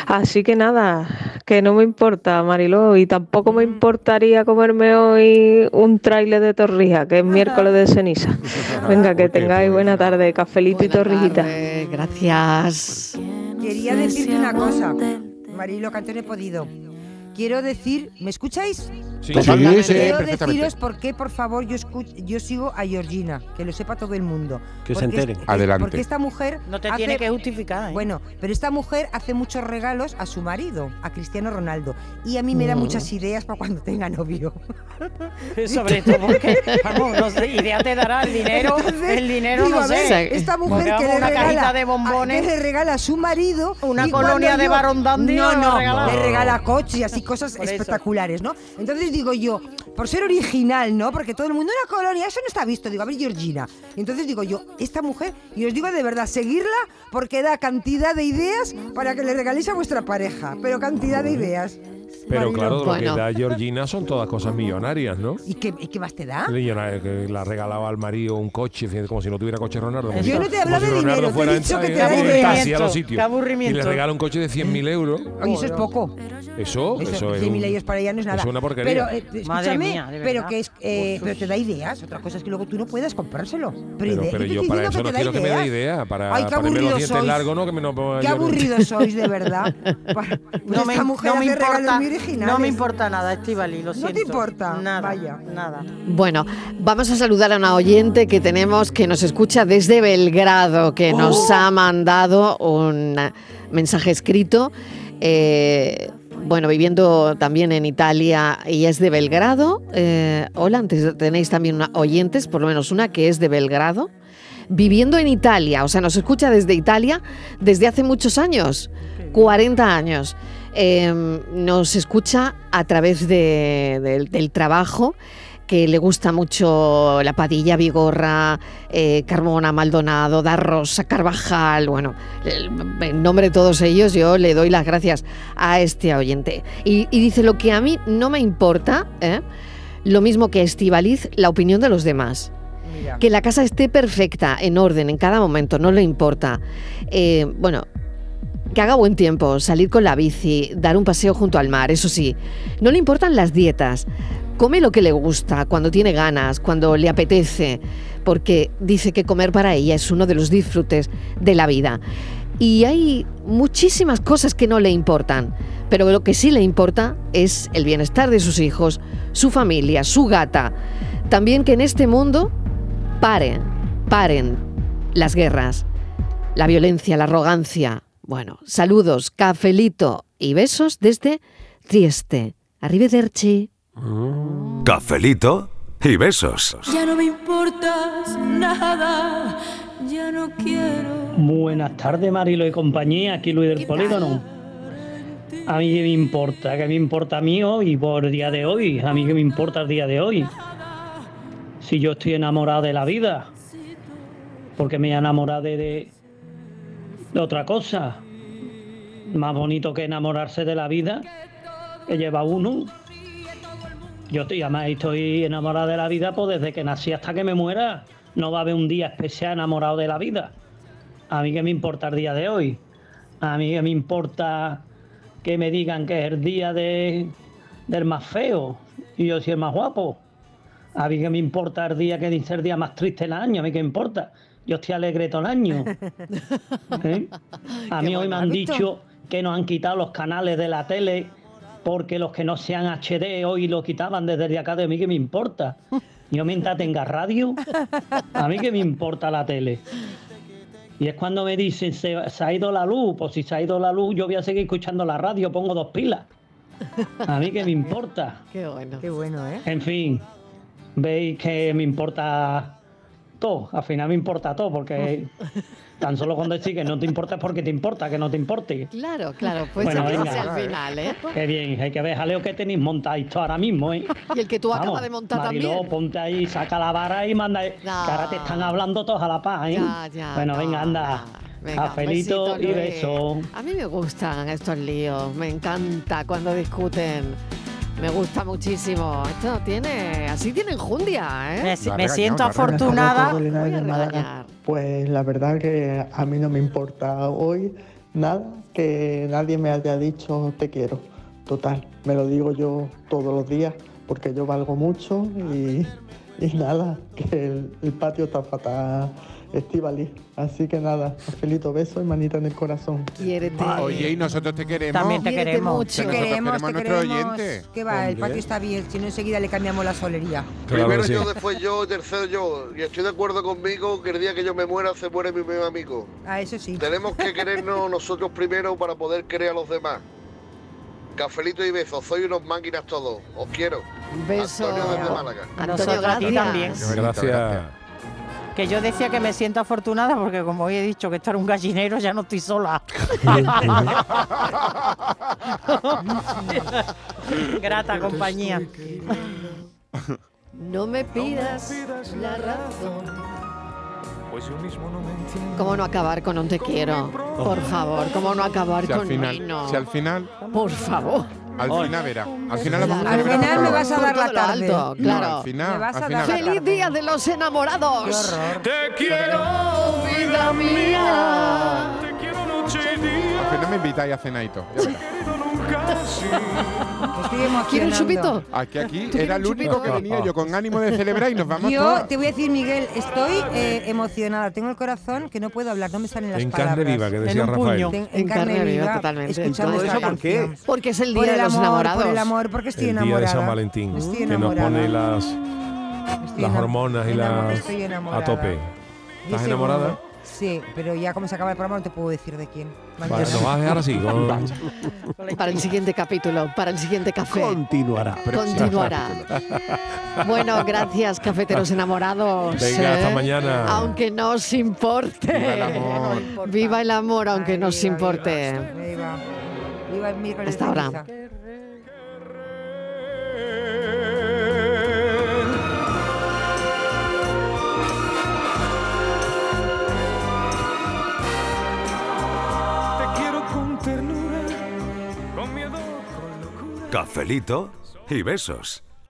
Speaker 23: Así que nada, que no me importa, Marilo, y tampoco me importaría comerme hoy un trailer de torrija, que es miércoles de ceniza. Venga, que tengáis buena tarde, cafelito y torrijita.
Speaker 1: Eh, gracias.
Speaker 8: Quería decirte una cosa, Marilo, que antes no he podido. Quiero decir, ¿me escucháis?
Speaker 4: Sí,
Speaker 8: Pues
Speaker 4: sí,
Speaker 8: habla-
Speaker 4: sí,
Speaker 8: Quiero
Speaker 4: perfectamente.
Speaker 8: deciros por qué, por favor, yo, escuch- yo sigo a Georgina, que lo sepa todo el mundo.
Speaker 4: Que se
Speaker 8: Porque es-
Speaker 4: enteren. Adelante.
Speaker 8: Porque esta mujer.
Speaker 6: No te tiene que ¿eh?
Speaker 8: justificar. Bueno, pero esta mujer hace muchos regalos a su marido, a Cristiano Ronaldo. Y a mí me da
Speaker 6: Mm.
Speaker 8: muchas ideas para cuando tenga novio.
Speaker 6: Sobre todo porque, vamos, no sé, idea te dará el dinero,
Speaker 8: Entonces,
Speaker 6: el dinero
Speaker 8: digo,
Speaker 6: no
Speaker 8: a ver,
Speaker 6: sé.
Speaker 8: Esta mujer
Speaker 6: Pongamos
Speaker 8: que le,
Speaker 6: una
Speaker 8: regala,
Speaker 6: cajita de
Speaker 8: a-
Speaker 6: bombones.
Speaker 8: que le regala a su marido
Speaker 6: Una
Speaker 8: y cuando
Speaker 6: colonia de
Speaker 8: yo-
Speaker 6: Barón Dandy
Speaker 8: No,
Speaker 6: le va a
Speaker 8: no,
Speaker 6: regalar.
Speaker 8: le regala coches
Speaker 6: [LAUGHS]
Speaker 8: y así cosas
Speaker 6: Por eso.
Speaker 8: espectaculares, ¿no? Entonces digo yo, por ser original, ¿no? Porque todo el mundo una colonia, eso no está visto. Digo, a ver, Georgina. Entonces digo yo, esta mujer, y os digo de verdad, seguirla porque da cantidad de ideas para que le regaléis a vuestra pareja, pero cantidad de ideas.
Speaker 5: Pero
Speaker 8: Marilo,
Speaker 5: claro, lo que
Speaker 8: bueno.
Speaker 5: da Georgina son todas cosas millonarias, ¿no?
Speaker 8: ¿Y qué, y qué más te da?
Speaker 5: Millonaria, que le ha regalado al marido un coche, fíjate, como si no tuviera coche Ronaldo.
Speaker 8: Yo no te he hablado
Speaker 5: Como
Speaker 8: de
Speaker 5: Ronaldo
Speaker 8: dinero, te he
Speaker 5: fuera en-
Speaker 8: dicho que
Speaker 5: en-
Speaker 8: te da
Speaker 5: en
Speaker 8: ideas.
Speaker 5: taxi a los sitios.
Speaker 8: Qué aburrimiento.
Speaker 5: Y le regala un coche de 100.000 euros.
Speaker 8: Oye, eso es poco.
Speaker 5: Eso, Oh, eso, es. un-
Speaker 8: 100.000 euros para ella no es nada.
Speaker 5: Es una porquería.
Speaker 8: Pero, eh, escúchame,
Speaker 5: Madre mía, de
Speaker 8: pero
Speaker 5: verdad.
Speaker 8: que es, eh, pero te da ideas. Otra cosa es que luego tú no puedas comprárselo. Pero,
Speaker 5: Pero,
Speaker 8: idea-
Speaker 5: pero
Speaker 8: te
Speaker 5: yo
Speaker 8: estoy
Speaker 5: para
Speaker 8: diciendo
Speaker 5: eso no
Speaker 8: te da
Speaker 5: quiero que me
Speaker 8: ideas.
Speaker 5: dé idea. Para
Speaker 8: Ay, qué
Speaker 5: ponerme los
Speaker 8: aburridos
Speaker 5: dientes
Speaker 8: sois.
Speaker 5: largos, no, que me no ponga
Speaker 8: Qué
Speaker 5: yo-
Speaker 8: aburridos sois, de
Speaker 5: [LAUGHS]
Speaker 8: verdad.
Speaker 6: No me,
Speaker 8: esta mujer
Speaker 6: no me
Speaker 8: hace regalos
Speaker 6: importa,
Speaker 8: muy originales.
Speaker 6: no me importa nada, Estivali, lo
Speaker 8: No te
Speaker 6: siento.
Speaker 8: importa,
Speaker 6: Nada,
Speaker 8: vaya.
Speaker 6: nada.
Speaker 1: Bueno, vamos a saludar a una oyente que tenemos que nos escucha desde Belgrado, que nos ha mandado un mensaje escrito. eh, bueno, viviendo también en Italia y es de Belgrado. Eh, hola, antes tenéis también una- oyentes, por lo menos una que es de Belgrado. Viviendo en Italia, o sea, nos escucha desde Italia desde hace muchos años, 40 años. Eh, nos escucha a través de- del- del trabajo que le gusta mucho la Padilla, Vigorra, eh, Carmona, Maldonado, Darrosa, Carvajal, bueno, el- en nombre de todos ellos yo le doy las gracias a este oyente. Y, y dice, lo que a mí no me importa, ¿eh? lo mismo que a Estivaliz, la opinión de los demás. Que la casa esté perfecta, en orden, en cada momento, no le importa. Eh, bueno, que haga buen tiempo, salir con la bici, dar un paseo junto al mar, eso sí. No le importan las dietas. Come lo que le gusta, cuando tiene ganas, cuando le apetece, porque dice que comer para ella es uno de los disfrutes de la vida. Y hay muchísimas cosas que no le importan, pero lo que sí le importa es el bienestar de sus hijos, su familia, su gata. También que en este mundo paren, paren las guerras, la violencia, la arrogancia. Bueno, saludos, cafelito y besos desde Trieste. Arrivederci.
Speaker 17: Cafelito y besos.
Speaker 15: Ya no me importas nada, ya no quiero.
Speaker 2: Buenas tardes, Marilo y compañía. Aquí Luis del Polígono. A mí que me importa, que me importa a mí hoy por el día de hoy. A mí que me importa el día de hoy. Si yo estoy enamorado de la vida, porque me enamorado de, de, de otra cosa. Más bonito que enamorarse de la vida que lleva uno. Yo estoy, además estoy enamorado de la vida pues desde que nací hasta que me muera. No va a haber un día especial enamorado de la vida. A mí que me importa el día de hoy. A mí que me importa que me digan que es el día de, del más feo y yo soy el más guapo. A mí que me importa el día que dice el día más triste del año. A mí que me importa. Yo estoy alegre todo el año. ¿Eh? A mí hoy me han
Speaker 9: hábito.
Speaker 2: dicho que nos han quitado los canales de la tele porque los que no sean HD hoy lo quitaban desde el día acá de mí que me importa. Yo mientras tenga radio, a mí que me importa la tele. Y es cuando me dicen, se, se ha ido la luz, pues si se ha ido la luz, yo voy a seguir escuchando la radio, pongo dos pilas. A mí que me importa.
Speaker 1: Qué bueno.
Speaker 8: Qué bueno, ¿eh?
Speaker 2: En fin, veis que me importa todo, al final me importa todo, porque tan solo cuando decís que no te importa es porque te importa, que no te importe.
Speaker 1: Claro, claro, pues
Speaker 2: Bueno,
Speaker 1: ese es
Speaker 2: venga.
Speaker 1: el final, ¿eh?
Speaker 2: Qué bien, hay que ver, jaleo que tenéis montado esto ahora mismo, ¿eh?
Speaker 1: [LAUGHS] Y el que tú acabas
Speaker 2: Vamos,
Speaker 1: de montar
Speaker 2: Mariló,
Speaker 1: también.
Speaker 2: ponte ahí, saca la vara y manda. Que ahora te están hablando todos a la paz, ¿eh?
Speaker 1: Ya, ya,
Speaker 2: bueno, venga, anda.
Speaker 1: Venga, un
Speaker 2: Cafelito
Speaker 1: besito,
Speaker 2: y
Speaker 1: Luis.
Speaker 2: beso.
Speaker 1: A mí me gustan estos líos, me encanta cuando discuten. Me gusta muchísimo. Esto tiene. Así tienen jundia, ¿eh?
Speaker 6: Me si- La me regaña, siento la regaña. afortunada.
Speaker 9: Hola, Carolina de Málaga. Pues la verdad que a mí no me importa hoy nada que nadie me haya dicho te quiero. Total, me lo digo yo todos los días porque yo valgo mucho y, y nada, que el, el patio está fatal, Estivali. Así que nada, Felito, beso y manita en el corazón.
Speaker 1: Quiérete.
Speaker 4: Ah, Oye, y nosotros te queremos.
Speaker 6: También te
Speaker 8: Quiérete
Speaker 6: queremos.
Speaker 8: mucho.
Speaker 4: Nosotros queremos a nuestro oyente.
Speaker 8: Que va, el
Speaker 4: Hombre.
Speaker 8: patio está bien, si no enseguida le cambiamos la solería.
Speaker 5: Claro
Speaker 10: Primero
Speaker 5: que sí.
Speaker 10: yo, después yo, tercero yo. Y estoy de acuerdo conmigo que el día que yo me muera se muere mi mejor amigo.
Speaker 8: Ah, eso sí.
Speaker 10: Tenemos que
Speaker 8: [LAUGHS]
Speaker 10: querernos nosotros primero para poder querer a los demás. Cafelito y besos, soy unos máquinas todos. Os quiero.
Speaker 1: Beso.
Speaker 10: Antonio desde Málaga.
Speaker 6: Nosotros a ti también.
Speaker 5: Gracias.
Speaker 6: Que yo decía que me siento afortunada porque como hoy he dicho que estar un gallinero ya no estoy sola. [LAUGHS] Grata compañía.
Speaker 1: No me pidas la razón. ¿Cómo no acabar con un te quiero? Por favor, ¿cómo no acabar
Speaker 4: Si
Speaker 1: con
Speaker 4: al
Speaker 1: un
Speaker 4: final,
Speaker 1: no?
Speaker 4: si al final,
Speaker 1: Por favor.
Speaker 4: al final verá. Al final, la
Speaker 1: Claro.
Speaker 4: vamos a
Speaker 1: Al final
Speaker 4: celebrar por
Speaker 1: me
Speaker 4: favor.
Speaker 1: vas a dar la Por todo lo tarde. alto, claro.
Speaker 4: No, al final,
Speaker 1: Me vas
Speaker 4: al
Speaker 1: a
Speaker 4: final verá.
Speaker 1: ¡Feliz día de los enamorados!
Speaker 4: Te
Speaker 1: quiero, vida mía.
Speaker 4: Te quiero noche y día. Al final me invitáis a cenar y todo. Ya verás.
Speaker 1: ¿Quiere un chupito?
Speaker 4: Aquí, aquí
Speaker 1: ¿Tú quieres
Speaker 4: era el
Speaker 1: un
Speaker 4: único
Speaker 1: chupito?
Speaker 4: que venía yo con ánimo de celebrar y nos vamos
Speaker 8: Yo
Speaker 4: todas.
Speaker 8: te voy a decir, Miguel, estoy eh, emocionada. Tengo el corazón que no puedo hablar, no me salen las
Speaker 5: En carne
Speaker 8: palabras.
Speaker 5: viva, que decía
Speaker 8: un
Speaker 5: Rafael.
Speaker 8: puño. En, en carne, viva,
Speaker 1: totalmente.
Speaker 8: escuchando
Speaker 1: ¿Todo
Speaker 8: esta
Speaker 1: eso por qué?
Speaker 8: canción.
Speaker 1: Porque es el día
Speaker 8: Por
Speaker 1: de los
Speaker 8: amor,
Speaker 1: enamorados.
Speaker 8: Por el amor, porque estoy
Speaker 5: el día
Speaker 8: enamorada.
Speaker 5: de San Valentín,
Speaker 8: Estoy
Speaker 5: que nos
Speaker 8: enamorada.
Speaker 5: pone las, las hormonas y
Speaker 8: enamorada,
Speaker 5: las
Speaker 8: estoy enamorada.
Speaker 5: a tope.
Speaker 8: Y
Speaker 5: ¿Estás
Speaker 8: ese
Speaker 5: enamorada?
Speaker 8: mundo. Sí, pero ya como se acaba el programa no te puedo decir de quién.
Speaker 5: Vale,
Speaker 8: Mañana.
Speaker 5: lo vas a dejar así. con-
Speaker 1: Para el siguiente capítulo, para el siguiente café.
Speaker 3: Continuará.
Speaker 1: Continuará. Bueno, gracias, cafeteros enamorados.
Speaker 5: Venga, hasta
Speaker 1: ¿eh?
Speaker 5: mañana.
Speaker 1: Aunque no os importe. Viva el
Speaker 5: amor.
Speaker 1: Viva el amor, aunque no os importe.
Speaker 8: Viva. Viva el miércoles
Speaker 1: Hasta
Speaker 8: de
Speaker 1: ahora.
Speaker 8: Ibiza.
Speaker 7: Te quiero con ternura, con miedo, con
Speaker 17: Cafelito y besos.